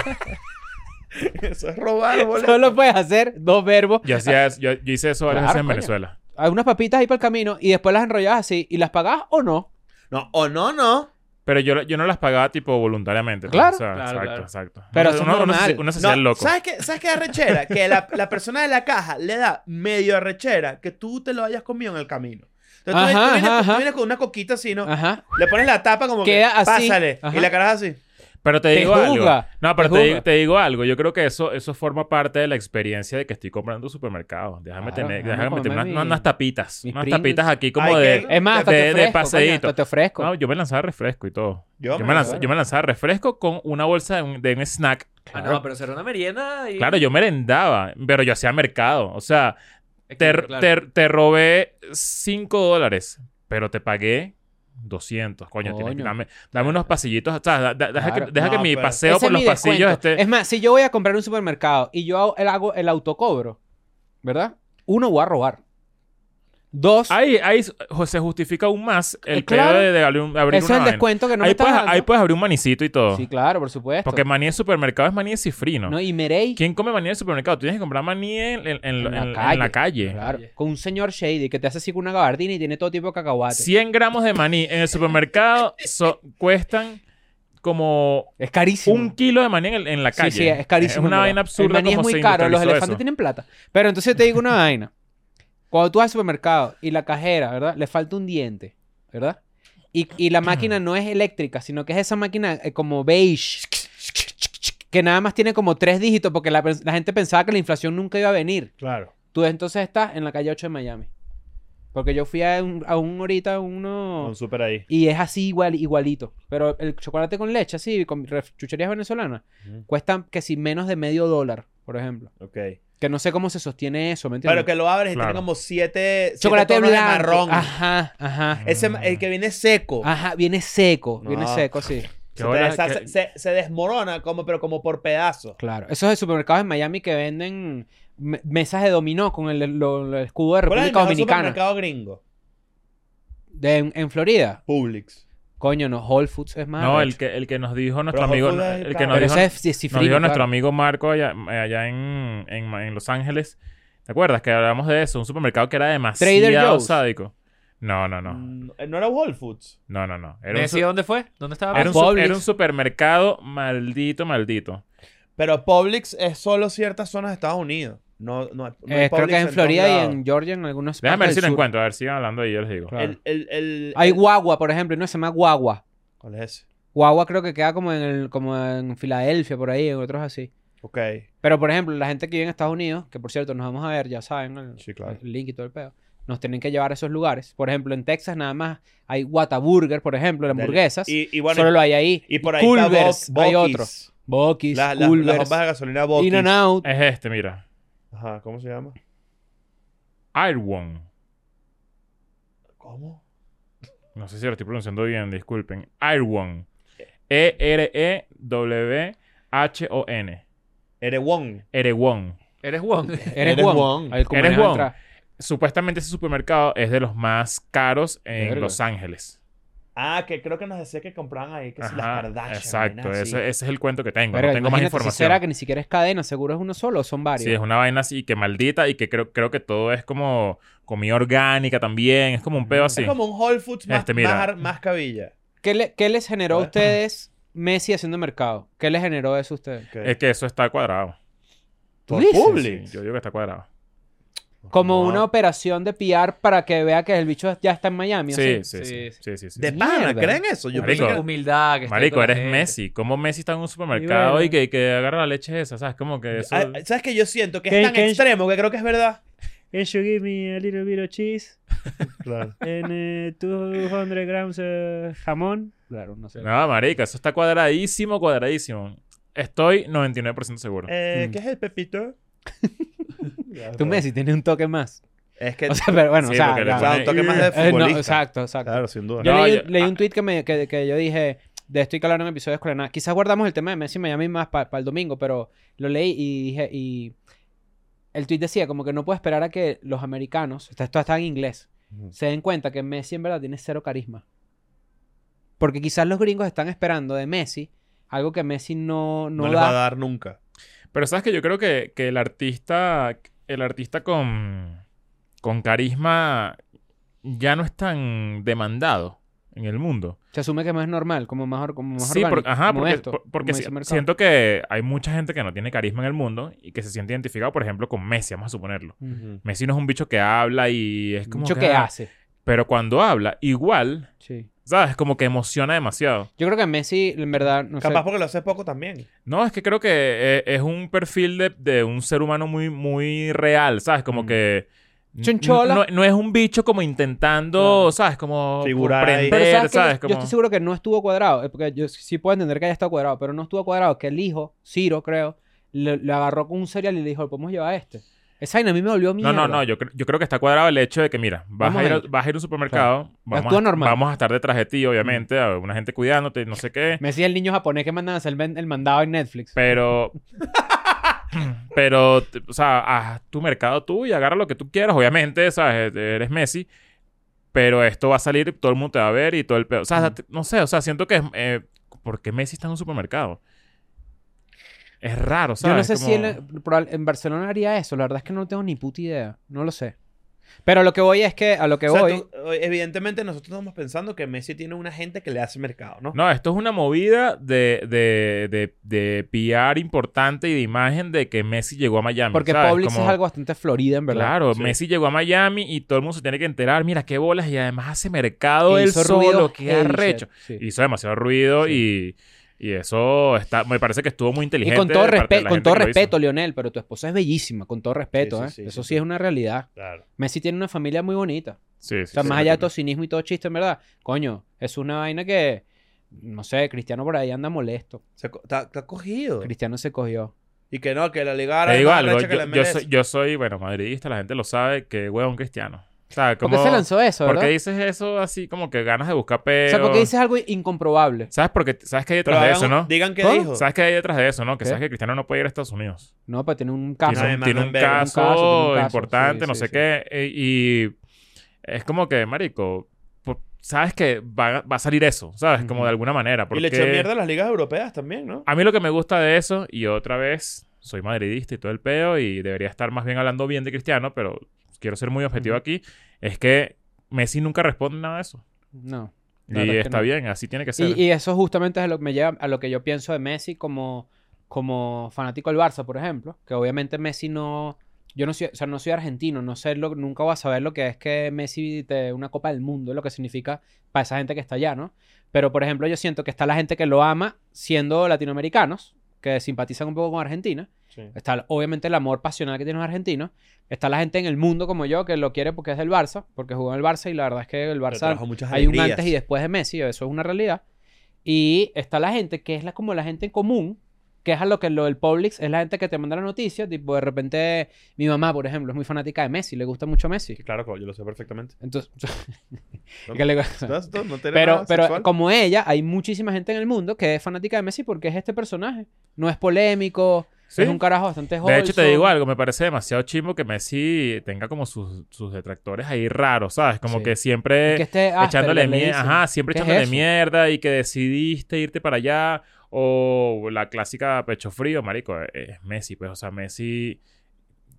Eso es robar, boludo. Solo puedes hacer dos verbos. Yo, hacía eso- yo, yo hice eso varias Claro, veces en coño. Venezuela. Hay unas papitas ahí para el camino y después las enrollabas así y las pagabas o no. No, o no, no. Pero yo, yo no las pagaba tipo voluntariamente. ¿no? Claro. O sea, Claro, exacto, claro. exacto. Pero Uno- eso es uno, uno se- normal. uno se hacía no el loco. ¿Sabes qué? ¿Sabes qué arrechera? Que la, la persona de la caja le da medio arrechera que tú te lo hayas comido en el camino. Entonces tú, Ajá, tú vienes, ajá, tú ajá. vienes con una coquita así, ¿no? Ajá. Le pones la tapa como que Queda así. pásale. Ajá. Y la cara así. Pero te, Te digo algo. juzga, No, pero te te, juzga. digo, te digo algo. Yo creo que eso, eso forma parte de la experiencia de que estoy comprando en un supermercado. Déjame Claro, tener, déjame déjame meter comer unas, mi- unas tapitas. mis Unas Pringles. tapitas aquí como Ay, de. qué- Es más, hasta de- te de ofrezco. coño, paseíto. hasta te ofrezco. No, yo me lanzaba refresco y todo. Yo, me, lanz- lanzo. yo me lanzaba refresco con una bolsa de un, de un snack. Ah, no, pero será una merienda y... Claro, yo merendaba, pero yo hacía mercado. O sea, Es que, te, claro. te- te robé 5 dólares, pero te pagué 200. Coño, tienes Coño. que- dame, dame unos pasillitos. O sea, da- da- deja Claro. que, deja que No, mi pero- paseo Ese por es los mi pasillos este. descuento. esté. Es más, si yo voy a comprar en un supermercado y yo hago el, hago el autocobro, ¿verdad? Uno, voy a robar. Dos, Ahí, ahí jo- se justifica aún más el Eh, claro. pedo de, de abrir, un- abrir ese es una el vaina. descuento que no me ahí, estás puedes, dando. ahí puedes abrir un manicito y todo. Sí, claro, por supuesto. Porque maní de supermercado es maní de cifrino. No, y Merey, ¿Quién come maní en el supermercado? Tú tienes que comprar maní en, en- en- en- en la, calle. claro, con un señor shady que te hace así con una gabardina y tiene todo tipo de cacahuate. 100 gramos de maní en el supermercado so- cuestan como Es carísimo. un kilo de maní en, el- en la calle. Sí, sí, es carísimo. Es una en vaina verdad. absurda. El maní es como muy se caro, los industrializó elefantes eso. tienen plata. Pero entonces te digo una vaina. Cuando tú vas al supermercado y la cajera, ¿verdad? Le falta un diente, ¿verdad? Y, y la máquina no es eléctrica, sino que es esa máquina eh, como beige, que nada más tiene como tres dígitos, porque la, pers- la gente pensaba que la inflación nunca iba a venir. Claro. Tú entonces estás en la calle 8 de Miami. Porque yo fui a un, a un ahorita, uno... Con súper ahí. Y es así igual, igualito. Pero el chocolate con leche, así, con ref- chucherías venezolanas, Ujú. cuestan que si menos de medio dólar, por ejemplo. Ok. Que no sé cómo se sostiene eso, ¿me entiendes? Pero que lo abres y Claro. tiene como siete, siete chocolate tonos de blanco. Ah. marrón. Ajá, ajá. Ese, el que viene seco. Ajá, viene seco, viene No. seco, sí. Qué Se, te bola- deshace- qué- se- se desmorona, como, pero como por pedazos. Claro. Esos de supermercados en Miami que venden me- mesas de dominó con el, lo- el escudo de ¿Cuál es el República mejor Dominicana. supermercado gringo? De- en, en Florida. Publix. Coño, no, Whole Foods es más. No, arrecho. el que, el que nos dijo nuestro Pero amigo. Whole Foods es El que caro. nos Pero dijo, ese es, sí, sí, nos frío, dijo nuestro claro. amigo Marco allá, allá en, en, Ma- en Los Ángeles. ¿Te acuerdas que hablamos de eso? Un supermercado que era Trader demasiado Joe's. sádico. No, no, no. Mm, ¿No era Whole Foods? No, no, no. Era un, ¿Messi su- dónde fue? ¿Dónde estaba? era un Messi? su- Publix. era un supermercado maldito, maldito. Pero Publix es solo ciertas zonas de Estados Unidos. No, no, no hay Eh, creo Publix que es en todos Florida y lados. en Georgia, en algunos Déjame ver partes del si lo sur. encuentro. A ver, sigan hablando y yo les digo. Claro. El, el, el- Hay el- guagua, por ejemplo, y no se llama guagua. ¿Cuál es ese? Guagua creo que queda como en el, como en Filadelfia, por ahí, en otros así. Ok. Pero, por ejemplo, la gente que vive en Estados Unidos, que por cierto nos vamos a ver, ya saben, el, Sí, claro. el link y todo el pedo, nos tienen que llevar a esos lugares. Por ejemplo, en Texas nada más hay Whataburger, por ejemplo, de Dale. hamburguesas. Y, y bueno, Solo lo hay ahí. y por ahí Culver's, está Bo- hay otro. Buc-ee's. Bokis, La- la- Las Culver's, bombas de gasolina Bokis. In and Out. Es este, mira. Ajá, ¿cómo se llama? Iron. ¿Cómo? No sé si lo estoy pronunciando bien, disculpen. Iron. E-R-E-W-H-O-N. Erewhon. Erewon. Eres Wong. Eres Eres Wong. Wong. Ahí como Eres dejan Wong. entrar. Supuestamente ese supermercado es de los más caros en Verga. Los Ángeles. Ah, que creo que nos decía que compraban ahí, que si las Kardashian. exacto. vainas Ese, así. ese es el cuento que tengo. Verga, no tengo más imagínate si información. será que ni siquiera es cadena, seguro es uno solo o son varios. Sí, es una vaina así que maldita y que creo, creo que todo es como comida orgánica también. Es como un pedo así. Es como un Whole Foods más, Este, mira. más, más cabilla. ¿Qué, le- qué les generó a Ajá. ustedes Messi haciendo mercado? ¿Qué les generó eso a ustedes? Ok. Es que eso está cuadrado. ¿Tú Por dices? Publix. Yo digo que está cuadrado. Como No. una operación de PR para que vea que el bicho ya está en Miami. ¿o Sí, sí? sí, sí. Sí, sí, sí, sí. De Mierda. pana, ¿creen eso? Yo Marico, pensé que- Humildad. Que esté Marico, con la eres gente. Messi. ¿Cómo Messi está en un Y supermercado bueno. y que, que agarra la leche esa? ¿Sabes? Como que eso... Ah, ¿Sabes que Yo siento que ¿Qué- es tan qué- extremo que creo que es verdad. Can you give me a little bit of cheese Claro. and eh, 200 grams eh, jamón? Claro, no sé. No, marica, eso está cuadradísimo, cuadradísimo. Estoy 99% seguro. Eh, Mm. ¿Qué es el pepito? Tu Messi tiene un toque más. Es que... O sea, pero bueno, Sí, o sea, porque le ya- o sea, un toque más de Eh, no, futbolista. exacto, exacto. Claro, sin duda. Yo No, leí, yo- ah, leí un tweet que, me, que, que yo dije, de esto hay que hablar en episodios con nada. Quizás guardamos el tema de Messi y Miami más para el domingo, pero lo leí y dije, y el tweet decía como que no puedo esperar a que los americanos, esto esto está en inglés, Ujú. se den cuenta que Messi en verdad tiene cero carisma. Porque quizás los gringos están esperando de Messi algo que Messi no, no no, les va a da. dar nunca. Pero sabes que yo creo que, que el artista, el artista con, con carisma ya no es tan demandado en el mundo. Se asume que es más normal, como más, or- como más sí, por- orgánico, ajá, como porque, esto, por- porque como si- dice Mercado. siento que hay mucha gente que no tiene carisma en el mundo y que se siente identificado, por ejemplo, con Messi, vamos a suponerlo. Ujú. Messi no es un bicho que habla y es como Mucho que, que ah, hace. Pero cuando habla, igual, Sí. ¿sabes? Como que emociona demasiado. Yo creo que Messi, en verdad, no sé. Capaz porque lo hace poco también. No, es que creo que eh, es un perfil de, de un ser humano muy, muy real, ¿sabes? Como Mm. que... n- Chonchola. No, no es un bicho como intentando, Claro. ¿sabes? Como Figurar ahí. prender, Pero ¿sabes? ¿sabes qué? Yo- Como... Yo estoy seguro que no estuvo cuadrado. eh, Porque yo sí puedo entender que haya estado cuadrado, pero no estuvo cuadrado. Que el hijo, Ciro, creo, le, le agarró con un cereal y le dijo, podemos llevar este. Esa vaina a mí me volvió mierda. No, no, no. Yo, cre- yo creo que está cuadrado el hecho de que, mira, vas, Vamos a ir, a a- ir. vas a ir a un supermercado, vamos, Actúa a, normal. vamos a estar detrás de ti, Mm. obviamente, a una gente cuidándote, no sé qué. Me decía el niño japonés que mandan a hacer el, men- el mandado en Netflix. Pero... pero, t- o sea, haz tu mercado tú y agarra lo que tú quieras. Obviamente, ¿sabes? Eres Messi. Pero esto va a salir, y todo el mundo te va a ver y todo el pedo. O sea, date- no sé, o sea, siento que es... eh, ¿Por qué Messi está en un supermercado? Es raro, yo ¿sabes? no sé si Como- él, probable- en Barcelona haría eso. La verdad es que no tengo ni puta idea. No lo sé. Pero lo que voy es que a lo que O sea, voy. tú- eh, evidentemente nosotros estamos pensando que Messi tiene una gente que le hace mercado, ¿no? No, esto es una movida de, de, de, de PR importante y de imagen de que Messi llegó a Miami. Porque ¿sabes? Publix Como- es algo bastante Florida, en verdad. Claro, Sí. Messi llegó a Miami y todo el mundo se tiene que enterar. Mira qué bolas. Y además hace mercado Que él hizo ruido solo. Qué heavy arrecho. shit, sí. Hizo demasiado ruido y, y eso está, me parece que estuvo muy Y inteligente. con todo, de parte de respeto, la con gente todo que lo hizo. respeto, Lionel, pero tu esposa es bellísima, con todo respeto, Sí, sí, ¿eh? sí, Eso sí sí, sí. es una realidad. Claro. Messi tiene una familia muy bonita. Sí, sí, O sea, sí, más allá de todo totalmente. cinismo y todo chiste, en verdad. Coño, es una vaina que, no sé, Cristiano por ahí anda molesto. Se co- Está está cogido. Cristiano se cogió. Y que no, que la ligara. Te digo algo. Yo, yo soy, yo soy, bueno, madridista. La gente lo sabe. Que huevón cristiano. O sea, ¿Por como... qué se lanzó eso, ¿Por verdad? qué dices eso así como que ganas de buscar peo? O sea, porque dices algo incomprobable. ¿Sabes por qué? ¿Sabes qué hay detrás de eso, no? Digan qué ¿Cómo? dijo. ¿Sabes qué hay detrás de eso, no? Que ¿Qué? sabes que Cristiano no puede ir a Estados Unidos. No, para tener un Tiene, caso. Ajá. un, Nadie tiene manda un en verga. caso Un caso, tiene un caso, importante, sí, no sí, sé sí. qué. eh, Y es como que, marico, por- sabes que va, va a salir eso, ¿sabes? Como Ujú. de alguna manera. Y Porque le echó mierda a las ligas europeas también, ¿no? Ah, a mí lo que me gusta de eso, y otra vez, soy madridista y todo el peo, y debería estar más bien hablando bien de Cristiano, pero quiero ser muy objetivo Ujú. aquí, es que Messi nunca responde nada de eso. No. La verdad Y es que está no. bien, así tiene que ser. Y, y eso justamente es lo que me lleva a lo que yo pienso de Messi como, como fanático del Barça, por ejemplo. Que obviamente Messi no. Yo no soy, o sea, no soy argentino, no sé lo, nunca voy a saber lo que es que Messi te dé una Copa del Mundo, lo que significa para esa gente que está allá, ¿no? Pero, por ejemplo, yo siento que está la gente que lo ama siendo latinoamericanos, que simpatizan un poco con Argentina. Sí. Está, obviamente, el amor pasional que tienen los argentinos. Está la gente en el mundo como yo que lo quiere porque es del Barça, porque jugó en el Barça y la verdad es que el Barça hay un antes y después de Messi, eso es una realidad. Y está la gente que es la, como la gente en común, que es a lo que lo del Publix es la gente que te manda la noticia. Tipo, de repente, mi mamá, por ejemplo, es muy fanática de Messi, le gusta mucho Messi. Claro, yo lo sé perfectamente. Entonces, No, ¿qué le- no, esto no tiene pero, nada pero sexual. como ella, hay muchísima gente en el mundo que es fanática de Messi porque es este personaje. No es polémico, ¿Sí? es un carajo bastante joven. De hecho, te digo algo, me parece demasiado chimbo que Messi tenga como sus, sus detractores ahí raros, ¿sabes? Como Sí. que siempre Que esté Asperger, echándole Ah, le mierda, dicen. ajá, siempre ¿Qué es echándole eso? mierda y que decidiste irte para allá o la clásica pecho frío, marico, eh, es Messi, pues, o sea, Messi,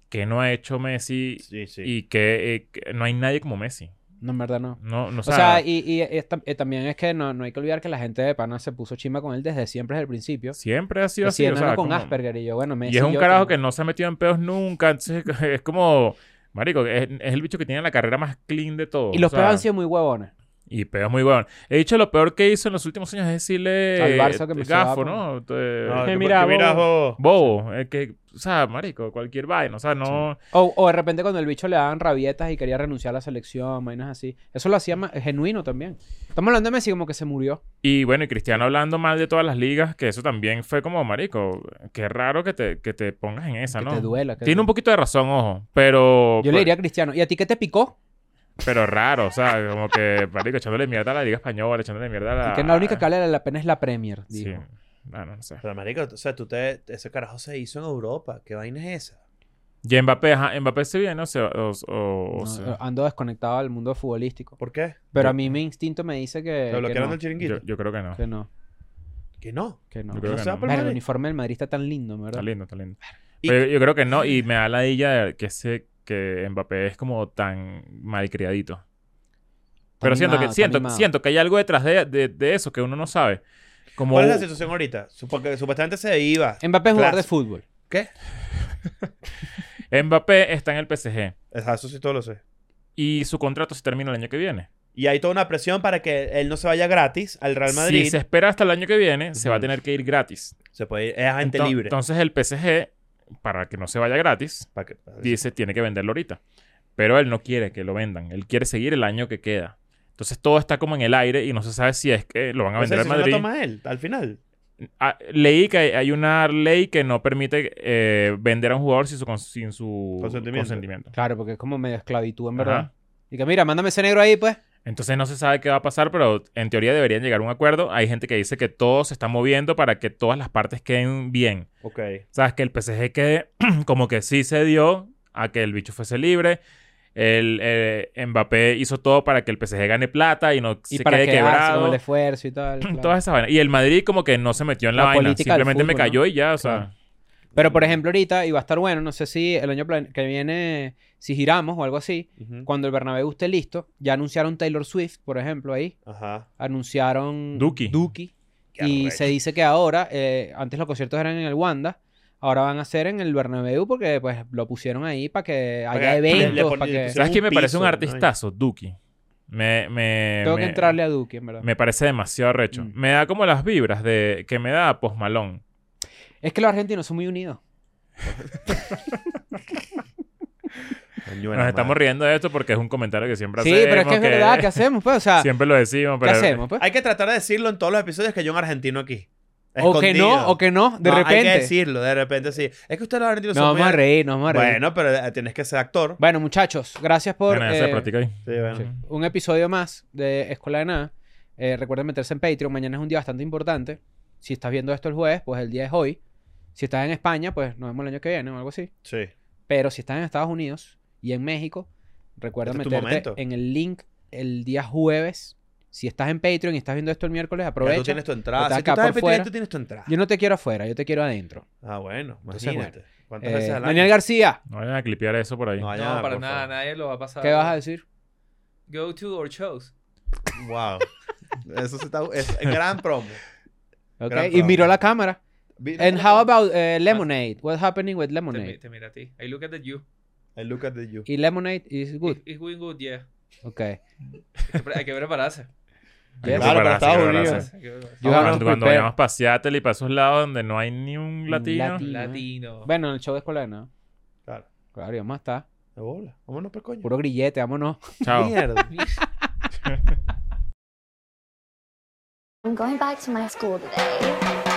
¿qué no ha hecho Messi? Sí, sí. Y que, eh, que no hay nadie como Messi. No, en verdad no. No, no, o O sea, sea, y, y es tam- eh, también es que no, no hay que olvidar que la gente de Pana se puso chimba con él desde siempre, desde el principio. siempre ha sido Que sí, así, o enano sea, con como- Asperger y yo, bueno, Messi y es un yo carajo tengo- que no se ha metido en peos nunca, entonces es como Marico, es, es el bicho que tiene la carrera más clean de todos. Y los o sea, peos han sido muy huevones. Y peor muy bueno. He dicho lo peor que hizo en los últimos años es decirle. Al Barça que eh, empezó a- Gafo, ¿no? Te- No, Eh, ¿qué- mira, qué miras vos? bobo. eh, que, o sea, marico, cualquier vaina. O sea, no. O, o de repente cuando el bicho le daban rabietas y quería renunciar a la selección, vainas así. Eso lo Mm. hacía ma- genuino también. Estamos hablando de Messi como que se murió. Y bueno, y Cristiano hablando mal de todas las ligas, que eso también fue como, marico, qué raro que te, que te pongas en esa, Que ¿no? te duela. que Tiene te- un poquito de razón, ojo. Pero. Yo le diría a Cristiano, ¿y a ti qué te picó? Pero raro, o sea, como que, marico, echándole mierda a la liga española, echándole mierda a la. Que la única que vale la pena es la Premier. Ah. Sí. dijo. Bueno, no sé. Pero, marico, o sea, tú te... Ese carajo se hizo en Europa. ¿Qué vaina es esa? Y Mbappé, ajá, Mbappé se viene, o sea, o, o- o No, ah, sea, Ando desconectado del mundo futbolístico. ¿Por qué? Pero yo- a mí mi instinto me dice Eh, que, que, ¿Lo bloquearon no, del chiringuito? yo, yo creo que no. que no. Que no. Que no. Yo creo No que se va no. por Verga, el Madrid. uniforme del Madrid está tan lindo, Está ¿verdad? lindo, está lindo. Y- Pero yo, yo creo que no, y me da la idea de que ese que Mbappé es como tan malcriadito. Pero siento mimado, que está siento, mimado. siento que hay algo detrás de, de- de eso que uno no sabe. Como ¿Cuál es la situación ahorita? Sup- Porque supuestamente se iba. Mbappé es jugador de Clase. fútbol. ¿Qué? Mbappé está en el PSG Ajá, Eso sí todo lo sé. y su contrato se termina el año que viene. Y hay toda una presión para que él no se vaya gratis al Real Madrid. Si se espera hasta el año que viene, se va a Ujú. tener que ir gratis. Se puede ir. Es agente Ento- libre. Entonces el PSG, para que no se vaya gratis, Para que- para- dice tiene que venderlo ahorita. Pero él no quiere que lo vendan. Él quiere seguir el año que queda. Entonces todo está como en el aire y no se sabe si es que lo van a Esa vender al decisión la Madrid. toma él, al final. Ah, leí que hay- hay una ley que no permite eh, vender a un jugador sin su, cons- sin su Consentimiento. Claro, porque es como medio esclavitud, en Ajá. verdad. Y que mira, mándame ese negro ahí, pues. Entonces no se sabe qué va a pasar, pero en teoría deberían llegar a un acuerdo. Hay gente que dice que todo se está moviendo para que todas las partes queden bien. Ok. O sea, es que el PSG quede como que sí se dio a que el bicho fuese libre. El eh, Mbappé hizo todo para que el PSG gane plata y no Y se para quede quedarse quebrado. con el esfuerzo y tal. claro. Todas esas vainas. Y el Madrid como que no se metió en la, La vaina. política del Simplemente me fútbol, ¿no? cayó y ya, o sea. Claro. Pero por ejemplo, ahorita, y va a estar bueno, no sé si el año plan- que viene, si giramos o algo así, Ujú. cuando el Bernabéu esté listo, ya anunciaron Taylor Swift, por ejemplo, ahí. Ajá. Anunciaron Duki. Qué Y arrecho. se dice que ahora, eh, antes los conciertos eran en el Wanda, ahora van a ser en el Bernabéu porque pues lo pusieron ahí para que haya que- le- le eventos, pon- para le que... pusieron- ¿Sabes quién me un parece un piso, artistazo? Duki. Me, me, Tengo me- que entrarle a Duki, en verdad. Me parece demasiado arrecho. Mm. Me da como las vibras de que me da Post Malone. Es que los argentinos son muy unidos. Coño, Nos la estamos madre. riendo de esto porque es un comentario que siempre Sí, hacemos. pero es que es verdad, ¿qué hacemos? Pues? O sea, ¿qué Siempre lo decimos, pero... hacemos? Pues? Hay que tratar de decirlo en todos los episodios que hay un argentino aquí. O que no, Escondido. o que no, de No, repente. Hay que decirlo, de repente sí. Es que ustedes los argentinos Nos son vamos a muy- reír, nos vamos a reír. Bueno, Bueno, pero eh, tienes que ser actor. muchachos, gracias por Bueno, ya se eh, practica ahí. Sí, bueno. sí, un episodio más de Escuela de Nada. Eh, recuerden meterse en Patreon. Mañana es un día bastante importante. Si estás viendo esto el jueves, pues el día es hoy. Si estás en España, pues nos vemos el año que viene o algo así. Sí. Pero si estás en Estados Unidos y en México, recuerda Este es tu meterte momento. en el link el día jueves. Si estás en Patreon y estás viendo esto el miércoles, Ya aprovecha. tú tienes tu entrada. Vete Si tú acá estás en por Patreon, fuera. tú tienes tu entrada. Yo no te quiero afuera, yo te quiero adentro. Ah, bueno. Entonces, bueno. Imagínate. ¿Cuántas Eh, veces al año? Daniel García, No vayan a clipear eso por ahí. No, no, para nada, nadie lo va a pasar. ¿qué vas a decir? Go to our shows. Wow. Eso sí está... Es gran promo. Ok, Gran Y miró programa. la cámara. And how about eh, Lemonade? What's happening with Te, mi- Lemonade? te mira a ti. I look at you. I look at the you. Y Lemonade is good. It- It's going good, yeah. Ok. Hay que, pre- hay que prepararse. Hay que Yes. Claro, para prepararse, hay que Estados prepararse. Unidos. Hay que prepararse. You have Cuando, to cuando prepare. vayamos para Seattle y para esos lados donde no hay ni un latino. latino. Latino. Bueno, en el show de escuela de nada. Claro. Claro, y vamos a estar. De bola. Vámonos por coño. Puro grillete, vámonos. Chao. Mierda. I'm going back to my school today.